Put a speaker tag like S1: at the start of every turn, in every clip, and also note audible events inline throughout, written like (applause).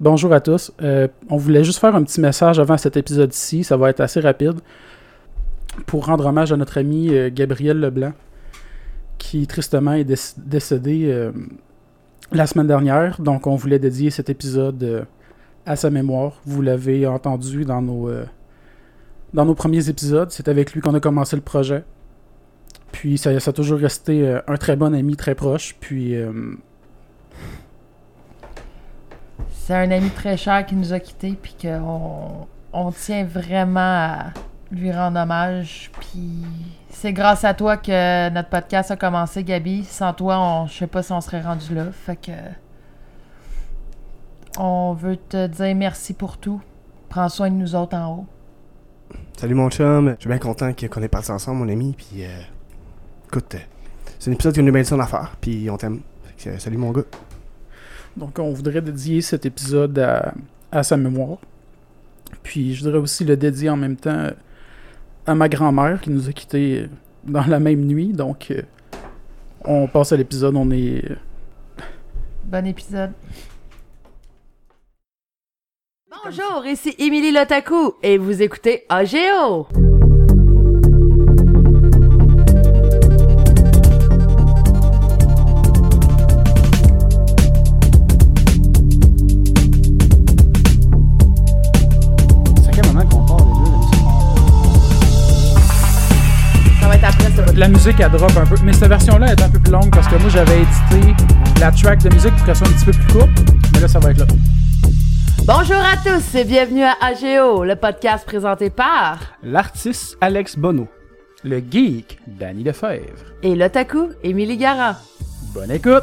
S1: Bonjour à tous. Euh, on voulait juste faire un petit message avant cet épisode-ci. Ça va être assez rapide. Pour rendre hommage à notre ami euh, Gabriel Leblanc, qui tristement est déc- décédé euh, la semaine dernière. Donc, on voulait dédier cet épisode euh, à sa mémoire. Vous l'avez entendu dans nos, euh, dans nos premiers épisodes. C'est avec lui qu'on a commencé le projet. Puis, ça, ça a toujours resté euh, un très bon ami, très proche. Puis. euh,
S2: C'est un ami très cher qui nous a quittés, puis qu'on on tient vraiment à lui rendre hommage. Puis c'est grâce à toi que notre podcast a commencé, Gabi. Sans toi, on, je sais pas si on serait rendu là. Fait que. On veut te dire merci pour tout. Prends soin de nous autres en haut.
S3: Salut mon chum, je suis bien content que- qu'on est parti ensemble mon ami, puis euh, écoute, euh, c'est un épisode qui a une belle son à faire, puis on t'aime. Fait que, euh, salut mon gars.
S1: Donc, on voudrait dédier cet épisode à, à sa mémoire. Puis, je voudrais aussi le dédier en même temps euh, à ma grand-mère qui nous a quittés euh, dans la même nuit. Donc, euh, on passe à l'épisode. On est. euh,
S2: Bon épisode.
S4: Bonjour, ici Émilie Lotaku et vous écoutez AGO.
S5: C'est à quel moment qu'on part déjà la musique?
S4: Ça va être après ça.
S1: La musique, elle drop un peu. Mais cette version-là est un peu plus longue parce que moi, j'avais édité la track de musique pour qu'elle soit un petit peu plus courte. Mais là, ça va être là.
S4: Bonjour à tous et bienvenue à AGO, le podcast présenté par
S5: L'artiste Alex Bono.
S1: Le geek, Danny Lefebvre.
S4: et Lotaku, Émilie Garant.
S1: Bonne écoute!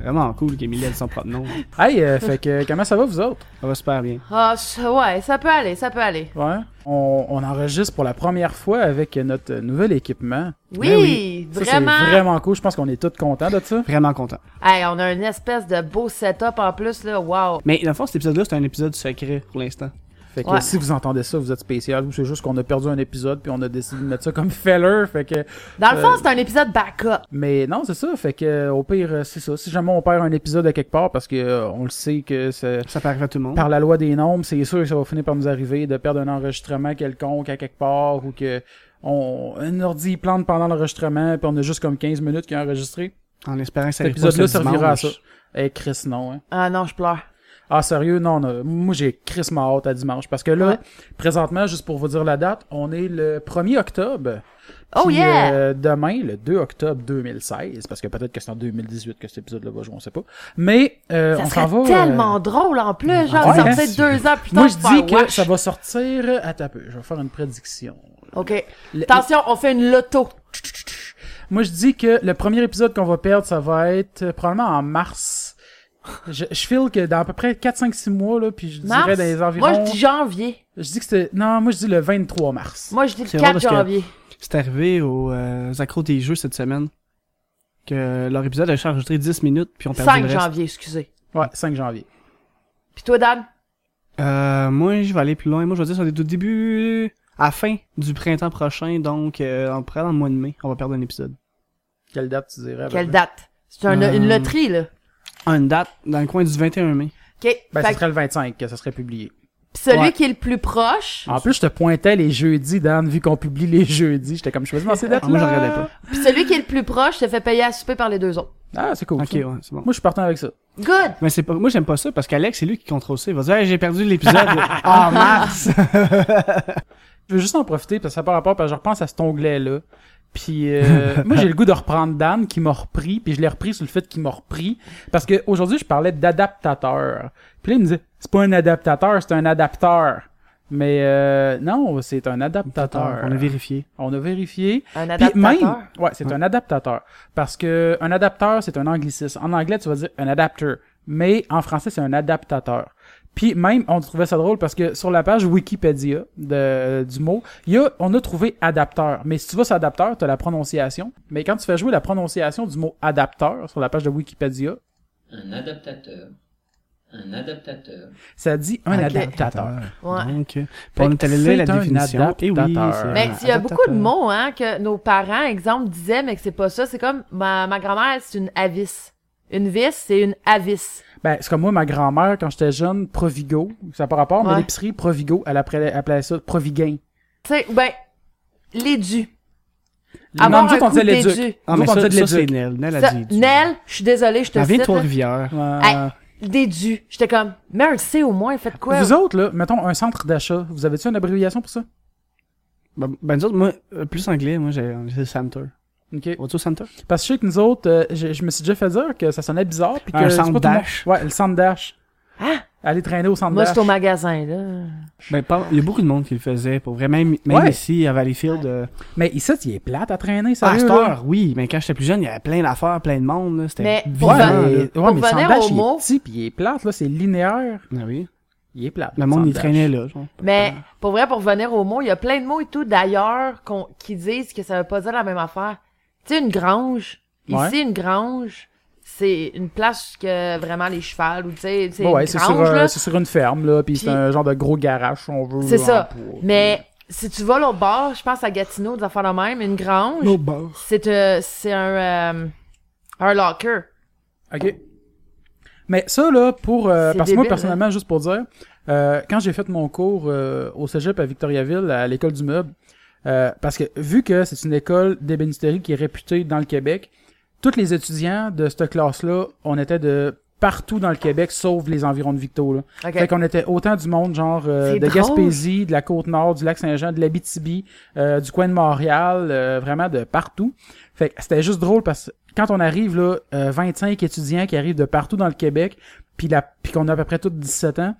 S5: Vraiment cool qu'Emilie ait son propre nom.
S1: Hey, euh, fait que euh, comment ça va, vous autres?
S5: Ça va super bien.
S4: Ah, ça- ouais, ça peut aller, ça peut aller.
S1: Ouais. On, on enregistre pour la première fois avec notre nouvel équipement.
S4: Oui,
S1: Ben Ça, c'est
S4: vraiment.
S1: vraiment cool. Je pense qu'on est tous contents de ça.
S5: Vraiment content.
S4: Hey, on a une espèce de beau setup en plus là, wow.
S5: Mais dans le fond, cet épisode-là, c'est un épisode secret pour l'instant.
S1: Fait que
S4: Ouais.
S1: si vous entendez ça, vous êtes spécial ou c'est juste qu'on a perdu un épisode puis on a décidé de mettre ça comme feller. Fait que,
S4: Dans le
S1: Euh,
S4: fond, c'est un épisode backup.
S1: mais non, c'est ça. Fait que euh, au pire, euh, c'est ça. Si jamais on perd un épisode à quelque part parce que euh, on le sait que c'est
S5: Ça peut arriver à tout le monde.
S1: par la loi des nombres, c'est sûr que ça va finir par nous arriver de perdre un enregistrement quelconque à quelque part ou que on un ordi plante pendant l'enregistrement puis on a juste comme 15 minutes qui est enregistré.
S5: En espérant que ça
S1: Cet
S5: arrive pas
S1: épisode-là
S5: ce
S1: servira à
S5: dimanche.
S1: ça. Eh Chris, non. Hein.
S4: Ah non, je pleure.
S1: Ah, sérieux, non, non. moi j'ai Chris hâte à dimanche. Parce que là,
S4: Ouais.
S1: présentement, juste pour vous dire la date, on est le 1er octobre.
S4: Oh
S1: Puis,
S4: yeah!
S1: euh, demain, le 2 octobre 2016, parce que peut-être que c'est en 2018 que cet épisode-là va jouer, on sait pas. Mais euh,
S4: ça
S1: on s'en
S4: serait
S1: va.
S4: tellement
S1: euh,
S4: drôle en plus, genre
S1: ouais,
S4: ça
S1: hein?
S4: peut être deux ans plus tard.
S1: Moi je dis
S4: faire
S1: que
S4: wesh.
S1: ça va sortir. euh, Attends un peu, je vais faire une prédiction.
S4: Ok.
S1: Le-
S4: Attention, on fait une loto.
S1: Moi je dis que le premier épisode qu'on va perdre, ça va être euh, probablement en mars. Je, je feel que dans à peu près 4, 5, 6 mois, là, puis je
S4: Mars.
S1: dirais dans les environs.
S4: Moi, je dis janvier.
S1: je dis que c'était. Non, moi je dis le 23 mars.
S4: Moi, je dis
S5: C'est
S4: le 4
S5: drôle parce que-
S4: janvier.
S5: C'est arrivé aux, euh, aux accros des jeux cette semaine que leur épisode a été enregistré 10 minutes, puis on perd le
S4: 5
S5: reste.
S4: janvier, excusez.
S1: Ouais, 5 janvier.
S4: Puis toi, Dan?
S1: Ah,
S5: Euh, moi, je vais aller plus loin. Moi, je vais dire ça est au début, à la fin du printemps prochain, donc euh, en près dans le mois de mai, on va perdre un épisode.
S1: Quelle date tu dirais?
S4: Quelle date? C'est un-
S5: Euh,
S4: une loterie, là.
S5: À Une date dans le coin du 21 mai.
S4: OK.
S1: Ben,
S4: Fait
S1: ce
S4: que-
S1: serait le 25 que ça serait publié.
S4: pis celui
S5: ouais.
S4: qui est le plus proche,
S1: En plus, je te pointais les jeudis, Dan, vu qu'on publie les jeudis. J'étais comme, je faisais
S4: (laughs)
S1: dans ces dates
S5: Ah, moi, je regardais pas.
S4: pis celui qui est le plus proche se fait payer à souper par les deux autres.
S1: Ah, c'est cool.
S5: Ok,
S1: ça.
S5: ouais, c'est bon.
S1: Moi, je suis partant avec ça.
S4: Good!
S5: Mais c'est pas, moi j'aime pas ça parce qu'Alex c'est lui qui contrôle ça. Il va dire hey, j'ai perdu l'épisode.
S1: (laughs)
S5: Ah mars.
S1: Je veux juste en profiter parce que ça par rapport, parce que je repense à cet onglet-là. Puis
S5: (laughs)
S1: euh, moi, j'ai le goût de reprendre Dan qui m'a repris, puis je l'ai repris sur le fait qu'il m'a repris. Parce que aujourd'hui, je parlais d'adaptateur. Puis là, il me disait, c'est pas un adaptateur, c'est un adapteur. Mais euh, non, c'est un adaptateur.
S5: On a vérifié.
S1: On a vérifié.
S4: Un
S1: Puis
S4: adaptateur.
S1: même, ouais, c'est un adaptateur. Parce que un adapteur, c'est un anglicisme. En anglais, tu vas dire un adapter. Mais en français, c'est un adaptateur. Puis même, on trouvait ça drôle parce que sur la page Wikipédia de, euh, du mot, il y a, on a trouvé adapteur. Mais si tu vas sur adapteur, tu as la prononciation. Mais quand tu fais jouer la prononciation du mot adapteur sur la page de Wikipédia,
S6: Un adaptateur. Un adaptateur.
S1: ça dit un
S4: Ok.
S1: adaptateur.
S4: Ouais.
S5: Donc, euh, puis on est allé lire
S1: c'est
S5: la
S1: un
S5: définition. Et oui,
S1: adaptateur.
S5: c'est
S4: Mais
S5: un
S4: il Ben, y a beaucoup de
S5: adaptateur.
S4: mots, hein, que nos parents, exemple, disaient, mais que c'est pas ça. C'est comme, ma, ma grand-mère, c'est une avis.
S2: Une vis, c'est une avis.
S1: Ben, c'est comme moi, ma grand-mère, quand j'étais jeune, Provigo, ça n'a pas rapport, mais
S2: Ouais.
S1: l'épicerie Provigo, elle appelait, elle appelait ça Provigain.
S2: Tu sais, ben, l'édu.
S1: Les- non, nous autres, on disait
S2: d'édu.
S1: l'éduc.
S5: Ah,
S1: Nous,
S5: mais
S1: on
S5: ça,
S1: dit de
S5: ça c'est
S1: l'éduc.
S5: Nel. Nel a
S2: Ça,
S5: dit.
S2: Nel, je suis désolée, je te
S5: Elle vient
S2: cite.
S5: de
S2: là.
S5: Trois-Rivières.
S1: Euh,
S2: Hey, D'édu. J'étais comme, mais un C au moins, faites quoi?
S1: Vous autres, là, mettons un centre d'achat, vous avez-tu une abréviation pour ça?
S5: Ben, ben, nous autres, moi, euh, plus anglais, moi, j'ai on dit c'est Center.
S1: OK.
S5: Vas-tu au Center?
S1: Parce que je sais que nous autres, euh, je, je me suis déjà fait dire que ça sonnait bizarre. Puis que
S5: Un
S1: c'est pas
S5: centre
S1: tout le monde-
S5: d'ash.
S1: Ouais, le centre dash.
S2: Ah!
S1: Aller traîner au centre
S2: Moi,
S1: dash.
S2: c'est au magasin, là.
S5: Ben, pas- il y a beaucoup de monde qui le faisait, pour vrai. Même, même
S1: Ouais.
S5: ici, à Valleyfield. euh,
S1: Mais ici, il est plate à traîner,
S5: à
S1: sérieux,
S5: cette
S1: là.
S5: heure, oui. Mais quand j'étais plus jeune, il y avait plein d'affaires, plein de monde. là, C'était
S2: Mais-
S5: vivant,
S1: Ouais,
S5: là.
S1: mais, ouais,
S2: Pour
S1: mais le
S2: revenir
S1: centre dash,
S2: au
S1: il
S2: mot-
S1: est petit, puis il est plate, là, c'est linéaire.
S5: Ah oui.
S1: Il est plate.
S5: Le monde,
S1: centre
S5: il
S1: dash.
S5: traînait là. genre.
S2: Mais pour vrai, pour revenir aux mots, il y a plein de mots et tout d'ailleurs qu'on- qui disent que ça veut pas dire la même affaire. Tu sais, une grange. Ici,
S1: Ouais.
S2: une grange, c'est une place que vraiment les chevals ou tu sais, c'est
S1: Ouais, ouais,
S2: une
S1: c'est
S2: grange,
S1: sur, euh,
S2: là.
S1: c'est sur une ferme, là, puis c'est
S2: Puis-
S1: un genre de gros garage, si on veut.
S2: C'est
S1: là,
S2: ça.
S1: en bois.
S2: Mais si tu vas l'autre bord, je pense à Gatineau, des affaires de même, une grange,
S5: Nos bars.
S2: c'est euh, c'est un, euh, un locker.
S1: OK. Mais ça, là, pour. euh,
S2: C'est
S1: parce que moi,
S2: débile, hein?
S1: personnellement, juste pour dire, euh, quand j'ai fait mon cours euh, au cégep à Victoriaville, à l'école du meuble, euh, parce que vu que c'est une école d'ébénisterie qui est réputée dans le Québec, tous les étudiants de cette classe-là, on était de partout dans le Québec, sauf les environs de Victo. Là.
S2: OK.
S1: Fait qu'on était autant du monde, genre euh,
S2: C'est
S1: de
S2: drôle.
S1: Gaspésie, de la Côte-Nord, du Lac-Saint-Jean, de l'Abitibi, euh, du coin de Montréal, euh, vraiment de partout. Fait que c'était juste drôle parce que quand on arrive, là, euh, 25 étudiants qui arrivent de partout dans le Québec, puis la- puis qu'on a à peu près tous 17 ans,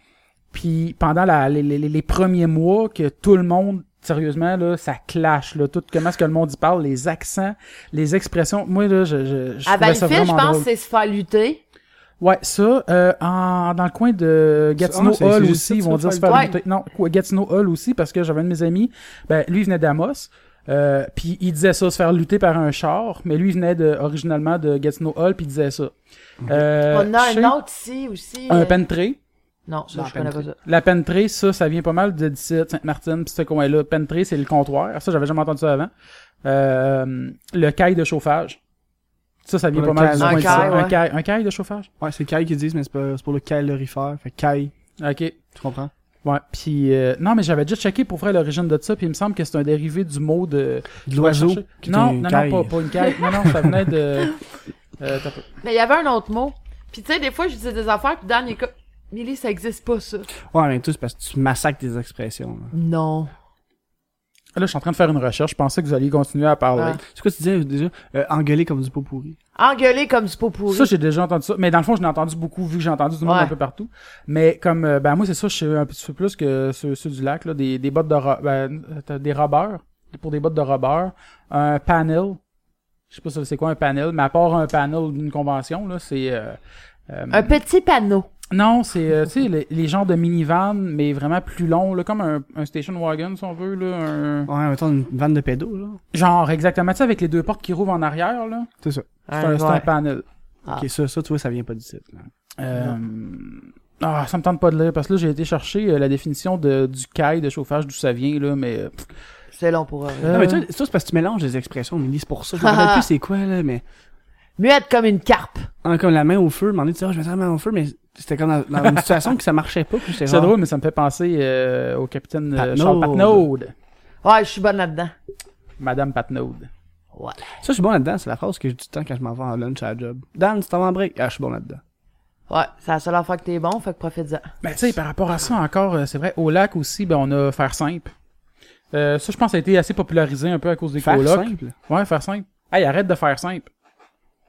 S1: puis pendant la, les, les- les- les premiers mois que tout le monde, sérieusement, là, ça clash, là, tout comment est-ce que le monde y parle, les accents, les expressions. Moi, là, je, je, je
S2: à
S1: trouvais ça
S2: Valleyfield, je
S1: vraiment
S2: pense
S1: drôle.
S2: que c'est se faire lutter.
S1: Ouais, ça, euh, en, dans le coin de Gatineau
S5: Ah, c'est-
S1: Hall
S5: c'est
S1: aussi,
S5: juste
S1: ils vont
S5: ça,
S1: dire
S5: tu
S1: se
S5: vas
S1: faire
S2: le
S1: lutter. Non, quoi, Gatineau Hall aussi, parce que j'avais un de mes amis, ben, lui, il venait d'Amos, euh, puis il disait ça, se faire lutter par un char, mais lui, il venait de, originalement de Gatineau Hall, puis il disait ça. Euh,
S2: On a
S1: chez-
S2: un autre ici aussi.
S1: Un
S2: euh,
S1: pentré.
S2: Non, ça,
S5: Non,
S2: je connais pas
S5: Pentré.
S2: ça.
S1: La pentrée, ça, ça vient pas mal de 17, Sainte-Martine, pis ce coin-là. Pentrée, c'est le comptoir. Ça, j'avais jamais entendu ça avant. Euh, le caille de chauffage. Ça, ça vient
S5: Le
S1: pas mal
S5: caille.
S1: du
S5: Un
S1: coin de ça.
S2: caille,
S1: Un
S2: ouais.
S1: caille, un caille de chauffage.
S5: Ouais, c'est Kai qui disent, mais c'est pas- c'est pour le calorifère. Fait Kai,
S1: OK.
S5: tu comprends?
S1: Ouais, puis euh, non, mais j'avais déjà checké pour vrai l'origine de ça, puis il me semble que c'est un dérivé du mot de
S5: De l'oiseau. qui est
S1: Non,
S5: une
S1: non, non,
S5: caille.
S1: pas, pas une caille. Non, non, ça venait de.
S5: (laughs)
S1: euh, t'as peu.
S2: Mais il y avait un autre mot. Puis tu sais, des fois, je disais des affaires, puis Dan, il est comme... Millie, ça existe pas, ça.
S5: Ouais, mais tout, c'est parce que tu massacres des expressions. là.
S2: Non.
S1: là, je suis en train de faire une recherche. Je pensais que vous alliez continuer à
S2: Ah,
S1: parler.
S5: C'est quoi tu disais déjà? Euh, engueuler comme du pot pourri.
S2: Engueuler comme du pot pourri.
S1: Ça, j'ai déjà entendu ça. Mais dans le fond, je l'ai entendu beaucoup vu que j'ai entendu du monde
S2: Ouais.
S1: un peu partout. Mais comme, euh, ben moi, c'est ça, je sais un petit peu plus que ceux, ceux du lac, là, des, des bottes de... ro- Ben, euh, t'as des robeurs, pour des bottes de robeurs, un panel. Je sais pas si c'est quoi un panel, mais à part un panel d'une convention, là, c'est... euh, euh,
S2: Un petit panneau.
S1: Non, c'est euh, tu sais les, les genres de minivan mais vraiment plus long là, comme un, un station wagon si on veut là, un...
S5: Ouais, mettons une vanne de pédo, là.
S1: genre exactement tu sais avec les deux portes qui rouvent en arrière là.
S5: C'est ça.
S1: C'est un, c'est un panel.
S2: Ah.
S5: Ok, ça, ça, tu vois, ça vient pas du titre. là.
S1: Euh, Ah, ça me tente pas de lire parce que là j'ai été chercher euh, la définition de, du caille de chauffage d'où ça vient là mais euh, pff,
S2: C'est long pour rien.
S1: euh,
S5: Non, mais tu vois, ça, c'est parce que tu mélanges les expressions, mais c'est pour
S2: (laughs)
S5: ça. Je me rappelle plus c'est quoi, là, mais.
S2: Muette comme une carpe.
S5: Hein, comme la main au feu, m'en est dit, Ah, je vais mettre la main au feu, mais c'était comme dans,
S1: (laughs)
S5: dans une situation que ça marchait pas, puis j'étais
S1: c'est
S5: genre,
S1: drôle mais ça me fait penser euh, au capitaine euh,
S5: Patnaud.
S1: Charles Patnaud,
S2: Ouais, je suis bonne là-dedans.
S1: Madame Patnaud.
S2: Ouais.
S5: Ça, je suis bon là-dedans, c'est la phrase que j'ai du temps quand je m'en vais en lunch à la job. Dan, tu t'en vas en break? Ah, je suis bon là-dedans.
S2: Ouais, c'est la seule affaire que t'es bon, fait que profite-en.
S1: Ben, tu sais, par rapport à ça encore, euh, c'est vrai, au lac aussi, ben, on a Faire Simple. Euh, ça, je pense, ça a été assez popularisé un peu à cause des
S5: Faire
S1: colocs.
S5: simple.
S1: Ouais, Faire Simple. Hey, arrête de faire simple.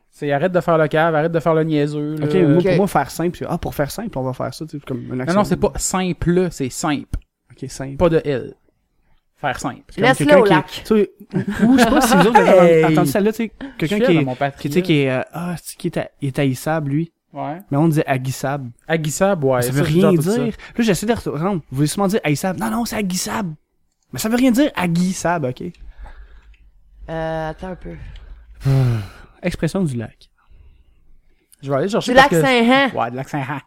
S1: C'est arrête de faire le cave, arrête de faire le niaiseux. là.
S5: Ok, moi,
S2: Ok.
S5: pour moi, faire simple, c'est, ah, pour faire simple, on va faire ça, tu sais, comme un
S1: Euh, non,
S5: action.
S1: non, c'est pas simple, c'est simple.
S5: Ok, simple.
S1: Pas de L. Faire simple.
S5: C'est comme
S2: Laisse-le
S5: quelqu'un
S2: au
S5: qui-
S2: lac.
S5: tu sais, Ou je sais pas si vous autres avez
S1: Hey!
S5: entendu celle-là, tu sais, quelqu'un
S1: Je suis
S5: qui
S1: fier
S5: est,
S1: de mon
S5: qui,
S1: patriote.
S5: tu sais, qui est, euh, ah, c'est- qui est, ha- il est haïssable, lui.
S1: Ouais.
S5: Mais on disait aguissable.
S1: Aguissable, ouais.
S5: ça
S1: j'ai
S5: veut rien
S1: entendu
S5: dire.
S1: ça.
S5: Là, j'essaie de rendre. Vous voulez sûrement dire haïssable. Non, non, c'est aguissable. Mais ça veut rien dire aguissable, ok?
S2: Euh, attends un peu.
S5: Expression du lac.
S1: Je vais aller chercher.
S2: Du
S1: parce
S2: lac
S1: que-
S2: Saint-Han.
S1: Ouais, du lac Saint-Han.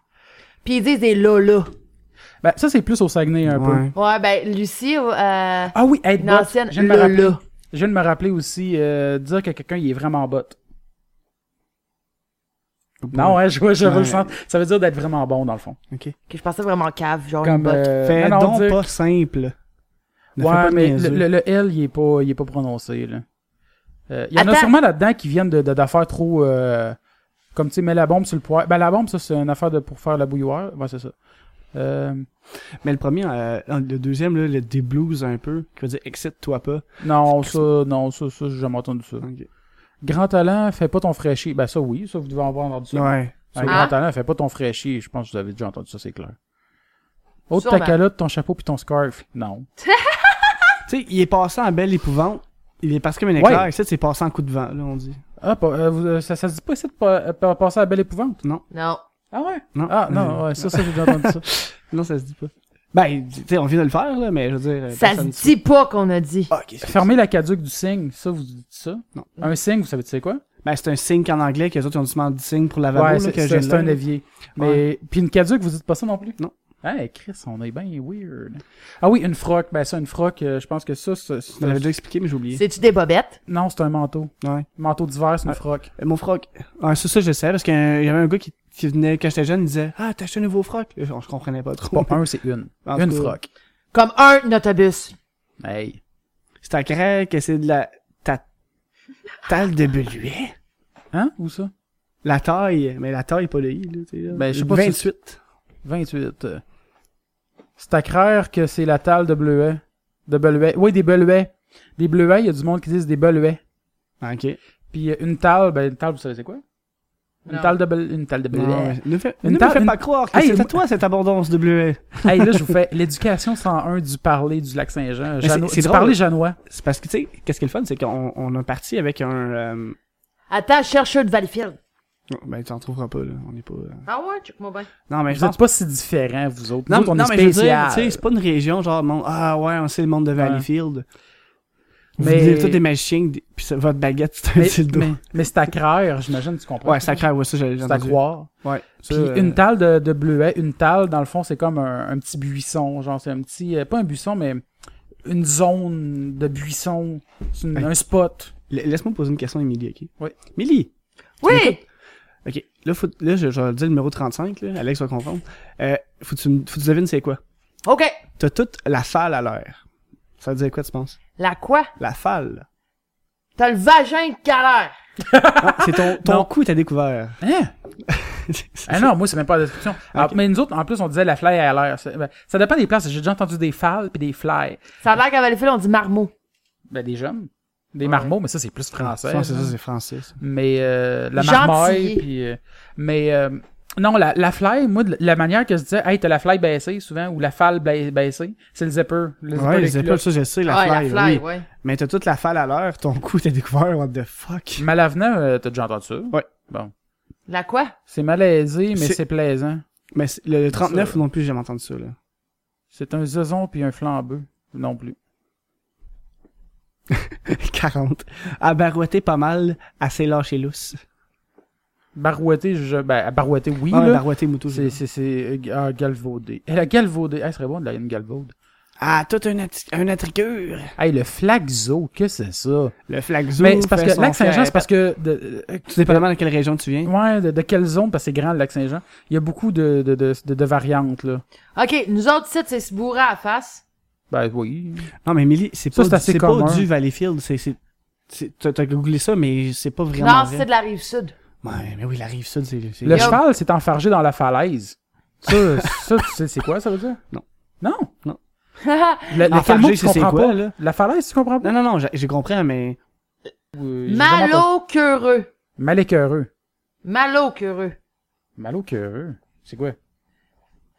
S2: Puis ils disent des lolas.
S1: Ben, ça, c'est plus au Saguenay un peu.
S5: Ouais.
S2: Ouais, ben, Lucie, euh,
S1: Ah oui, être
S2: une
S1: bot.
S2: ancienne E.
S1: Je viens de me rappeler.
S2: lola.
S1: Je viens de me rappeler aussi, euh, dire que quelqu'un, il est vraiment bot. Non, hein, je vois, je vois le
S5: Ouais.
S1: sens. Ça veut dire d'être vraiment bon, dans le fond.
S4: Que je pensais vraiment cave, genre une
S1: Comme,
S4: botte.
S1: euh,
S5: Fais
S1: non, non,
S5: donc
S1: dire-
S5: pas simple. Ne fais pas
S1: Ouais,
S5: de
S1: mais le,
S5: niaiseux.
S1: le- le L, il est pas, il est pas prononcé, là. Euh, Il y en a
S4: Attends.
S1: sûrement là-dedans qui viennent de- de- d'affaires trop... euh, comme, tu sais, mets la bombe sur le poêle. Ben, la bombe, ça, c'est une affaire de, pour faire la bouilloire. Ouais, c'est ça. Euh,
S5: Mais le premier, euh, le deuxième, là, le déblues un peu, qui veut dire excite-toi pas.
S1: non, ça, non, ça, ça, j'ai jamais entendu ça. Grand talent, fais pas ton fraîchis. Ben, ça, oui, ça, vous devez en avoir entendu ça.
S5: Ouais.
S1: Un
S4: Ah.
S1: grand talent, fais pas ton fraîchis. Je pense que vous avez déjà entendu ça, c'est clair. Autre ta
S4: Sûrement.
S1: calotte, ton chapeau puis ton scarf. Non.
S5: Tu sais, il est passé en belle épouvante. Il est passé comme un éclair.
S1: Ouais.
S5: Et ça, c'est passé en coup de vent, là, on dit.
S1: Ah, pas- euh, vous- euh, ça, ça se dit pas ici de pas- euh, pas passer à la belle épouvante?
S4: Non.
S1: Ah ouais?
S5: Non. Euh,
S1: Ah non, ouais, ça, ça, j'ai déjà entendu ça.
S5: Non, ça se dit pas. Ben, tu sais, on vient de le faire, là, mais je veux dire. euh,
S4: Ça se
S5: personne-
S4: dit pas qu'on a dit.
S5: Ah, ok.
S1: Fermer la caduque du signe, ça, vous dites ça?
S5: Non.
S1: Un signe, vous savez, tu sais quoi?
S5: Ben, c'est un signe qu'en anglais, que les autres, ils ont dû demander du signe pour la valeur
S1: ouais, c'est- c'est c'est un évier. Mais,
S5: Ouais.
S1: Puis une caduque, vous dites pas ça non plus?
S5: Non.
S1: Hey, Chris, on est bien weird. Ah oui, une froc. Ben ça, une froc, euh, je pense que ça, c'est- c'est-
S5: Je l'avais déjà expliqué, mais j'ai oublié.
S4: C'est-tu des bobettes?
S1: Non, c'est un manteau.
S5: Ouais.
S1: Manteau d'hiver, c'est une
S5: Ah.
S1: froc.
S5: Euh, Mon froc. Ah, c'est ça, je sais, parce qu'il y avait un gars qui, qui venait, quand j'étais jeune, il disait Ah, t'as acheté un nouveau froc. Euh, Je, je comprenais pas trop.
S1: Pas un, c'est une.
S5: En
S1: une
S5: tout cas,
S1: froc.
S4: Comme un autobus.
S1: Hey.
S5: C'est un grec, c'est de la. Ta... Taille de beluet.
S1: Hein? Où ça?
S5: La taille, mais la taille, pas le i, là, tu sais, là.
S1: Ben, je sais pas si-
S5: 28.
S1: 28. euh. C'est à craire que c'est la talle de bleuet. De bleuet. Oui, des bleuets. Des bleuets, il y a du monde qui disent des bleuets.
S5: Ah, Ok.
S1: Puis euh, une talle, ben une talle, vous savez c'est quoi? Une
S4: Non.
S1: talle de bleu, une talle de bleuet.
S5: Non, mais Ne, fais,
S1: Une
S5: ne
S1: ta-
S5: me fais
S1: une-
S5: pas croire que
S1: Hey,
S5: c'est à
S1: moi-
S5: toi cette abondance de bleuets.
S1: hey, là, je vous fais (laughs) l'éducation 101 du parler du lac Saint-Jean.
S5: c'est-
S1: Jano-
S5: c'est
S1: du
S5: drôle.
S1: parler janois.
S5: C'est parce que, tu sais, qu'est-ce qui est le fun, c'est qu'on on a parti avec un. euh,
S4: Attends, chercheur de Valleyfield.
S5: oh, Ben, tu n'en trouveras pas, là. On n'est pas. euh,
S4: Ah ouais, check-moi bien.
S5: Non, mais je
S1: Vous
S5: pense
S1: êtes pas si différents, vous autres. Vous
S5: Non,
S1: autres, on
S5: non,
S1: est
S5: mais je veux dire,
S1: spécial.
S5: tu sais, c'est pas une région genre, mon- ah ouais, on sait le monde de Valleyfield.
S1: Mais-
S5: Mais. Vous êtes tous des magiciens, des- puis ça- votre baguette, c'est un
S1: mais,
S5: dildo.
S1: mais- mais c'est à craire, j'imagine, tu comprends.
S5: Ouais, sacré, ouais, ça, j'ai j'ai
S1: c'est à
S5: entendu.
S1: croire.
S5: Ouais. ça,
S1: Puis
S5: euh,
S1: une talle de, de bleuet, une talle, dans le fond, c'est comme un, un petit buisson. Genre, c'est un petit. euh, pas un buisson, mais une zone de buisson. C'est une-
S5: Hey.
S1: un spot.
S5: la- Laisse-moi poser une question à Émilie, ok?
S1: Ouais.
S5: Émilie!
S4: Oui!
S5: Ok, là, faut, là je, je vais dire le numéro 35, là, Alex va comprendre. Euh, faut que tu, me- faut que tu devines c'est quoi.
S4: OK.
S5: T'as toute la falle à l'air. Ça veut dire quoi, tu penses?
S4: La quoi?
S5: La falle.
S4: T'as le vagin de calère.
S5: Ah,
S1: (laughs)
S5: c'est ton, ton
S1: Non.
S5: cou, t'as découvert.
S1: Hein? Ah non, moi, c'est même pas la description. Alors, mais nous autres, en plus, on disait la fly à l'air. C'est- ben, ça dépend des places. J'ai déjà entendu des falles puis des fly.
S4: Ça a l'air qu'à Valleyfield, on dit marmot.
S1: Ben, des jeunes. Des marmots, mais ça, c'est plus français. hein.
S5: Ça, (laughs) c'est
S1: là.
S5: ça, c'est français. ça.
S1: mais euh, la
S4: Gentil.
S1: marmaille puis euh, mais euh, non la, la fly moi de la manière que je disais hey t'as la fly baissée souvent ou la falle ba- baissée c'est le zipper le zipper
S5: Ouais,
S1: des
S5: les épaules,
S1: culottes.
S5: ça, je sais, la
S4: ouais,
S5: falle.
S4: la fly,
S5: oui.
S4: ouais.
S5: Mais t'as toute la falle à l'air, ton (laughs) cou, t'as découvert, what the fuck.
S1: Malavenant, euh, t'as déjà entendu ça
S5: Ouais.
S1: bon
S4: La quoi?
S1: c'est malaisé mais
S5: C'est-
S1: c'est plaisant
S5: Mais c'est- le, le 39
S1: Ça.
S5: non plus, j'ai jamais entendu ça, là. (laughs)
S1: c'est un zazon puis un flambeux non plus
S5: 40. À barouetter pas mal, assez lâche et lousse.
S1: barouetté je ben barouetté oui
S5: Ah,
S1: là.
S5: barouetter moutou.
S1: c'est c'est c'est euh, ah, galvaudé elle a galvaudé elle serait bon de la une galvaude
S5: Ah, toute une, atti- une attricure.
S1: hey le flaxo que c'est ça
S5: Le flaxo.
S1: mais c'est parce
S5: fait
S1: que
S5: son
S1: lac Saint-Jean
S5: fier.
S1: c'est parce que de, euh,
S5: Tout dépendamment de quelle région tu viens.
S1: Ouais, de, de quelle zone, parce que c'est grand le lac Saint-Jean. Il y a beaucoup de, de, de, de, de variantes, là.
S4: OK, nous autres, ici, c'est se bourrer à la face.
S1: Ben oui.
S5: Non, mais Millie, c'est
S1: Ça,
S5: pas,
S1: c'est
S5: du-
S1: assez
S5: c'est pas
S1: commun.
S5: du Valleyfield. C'est, c'est, c'est- t'as, t'as googlé ça, mais c'est pas vraiment.
S4: Non,
S5: vrai.
S4: c'est de la rive sud.
S5: Ouais, mais oui, la rive sud, c'est. c'est-
S1: Le
S4: Yo.
S1: cheval s'est enfargé dans la falaise.
S5: (laughs)
S1: Ça, ça tu sais, c'est quoi, ça veut dire?
S5: Non.
S1: Non?
S5: Non.
S1: Le, le quel
S5: Enfargé,
S1: mot tu
S5: c'est- c'est
S1: comprends
S5: quoi,
S1: pas?
S5: là?
S1: La falaise, tu comprends pas?
S5: Non, non, non, j'ai, j'ai compris, mais.
S1: Euh, j'ai vraiment pas-
S4: Malocureux.
S1: Maléqueureux.
S4: Malocureux.
S1: Maléqueureux? C'est quoi?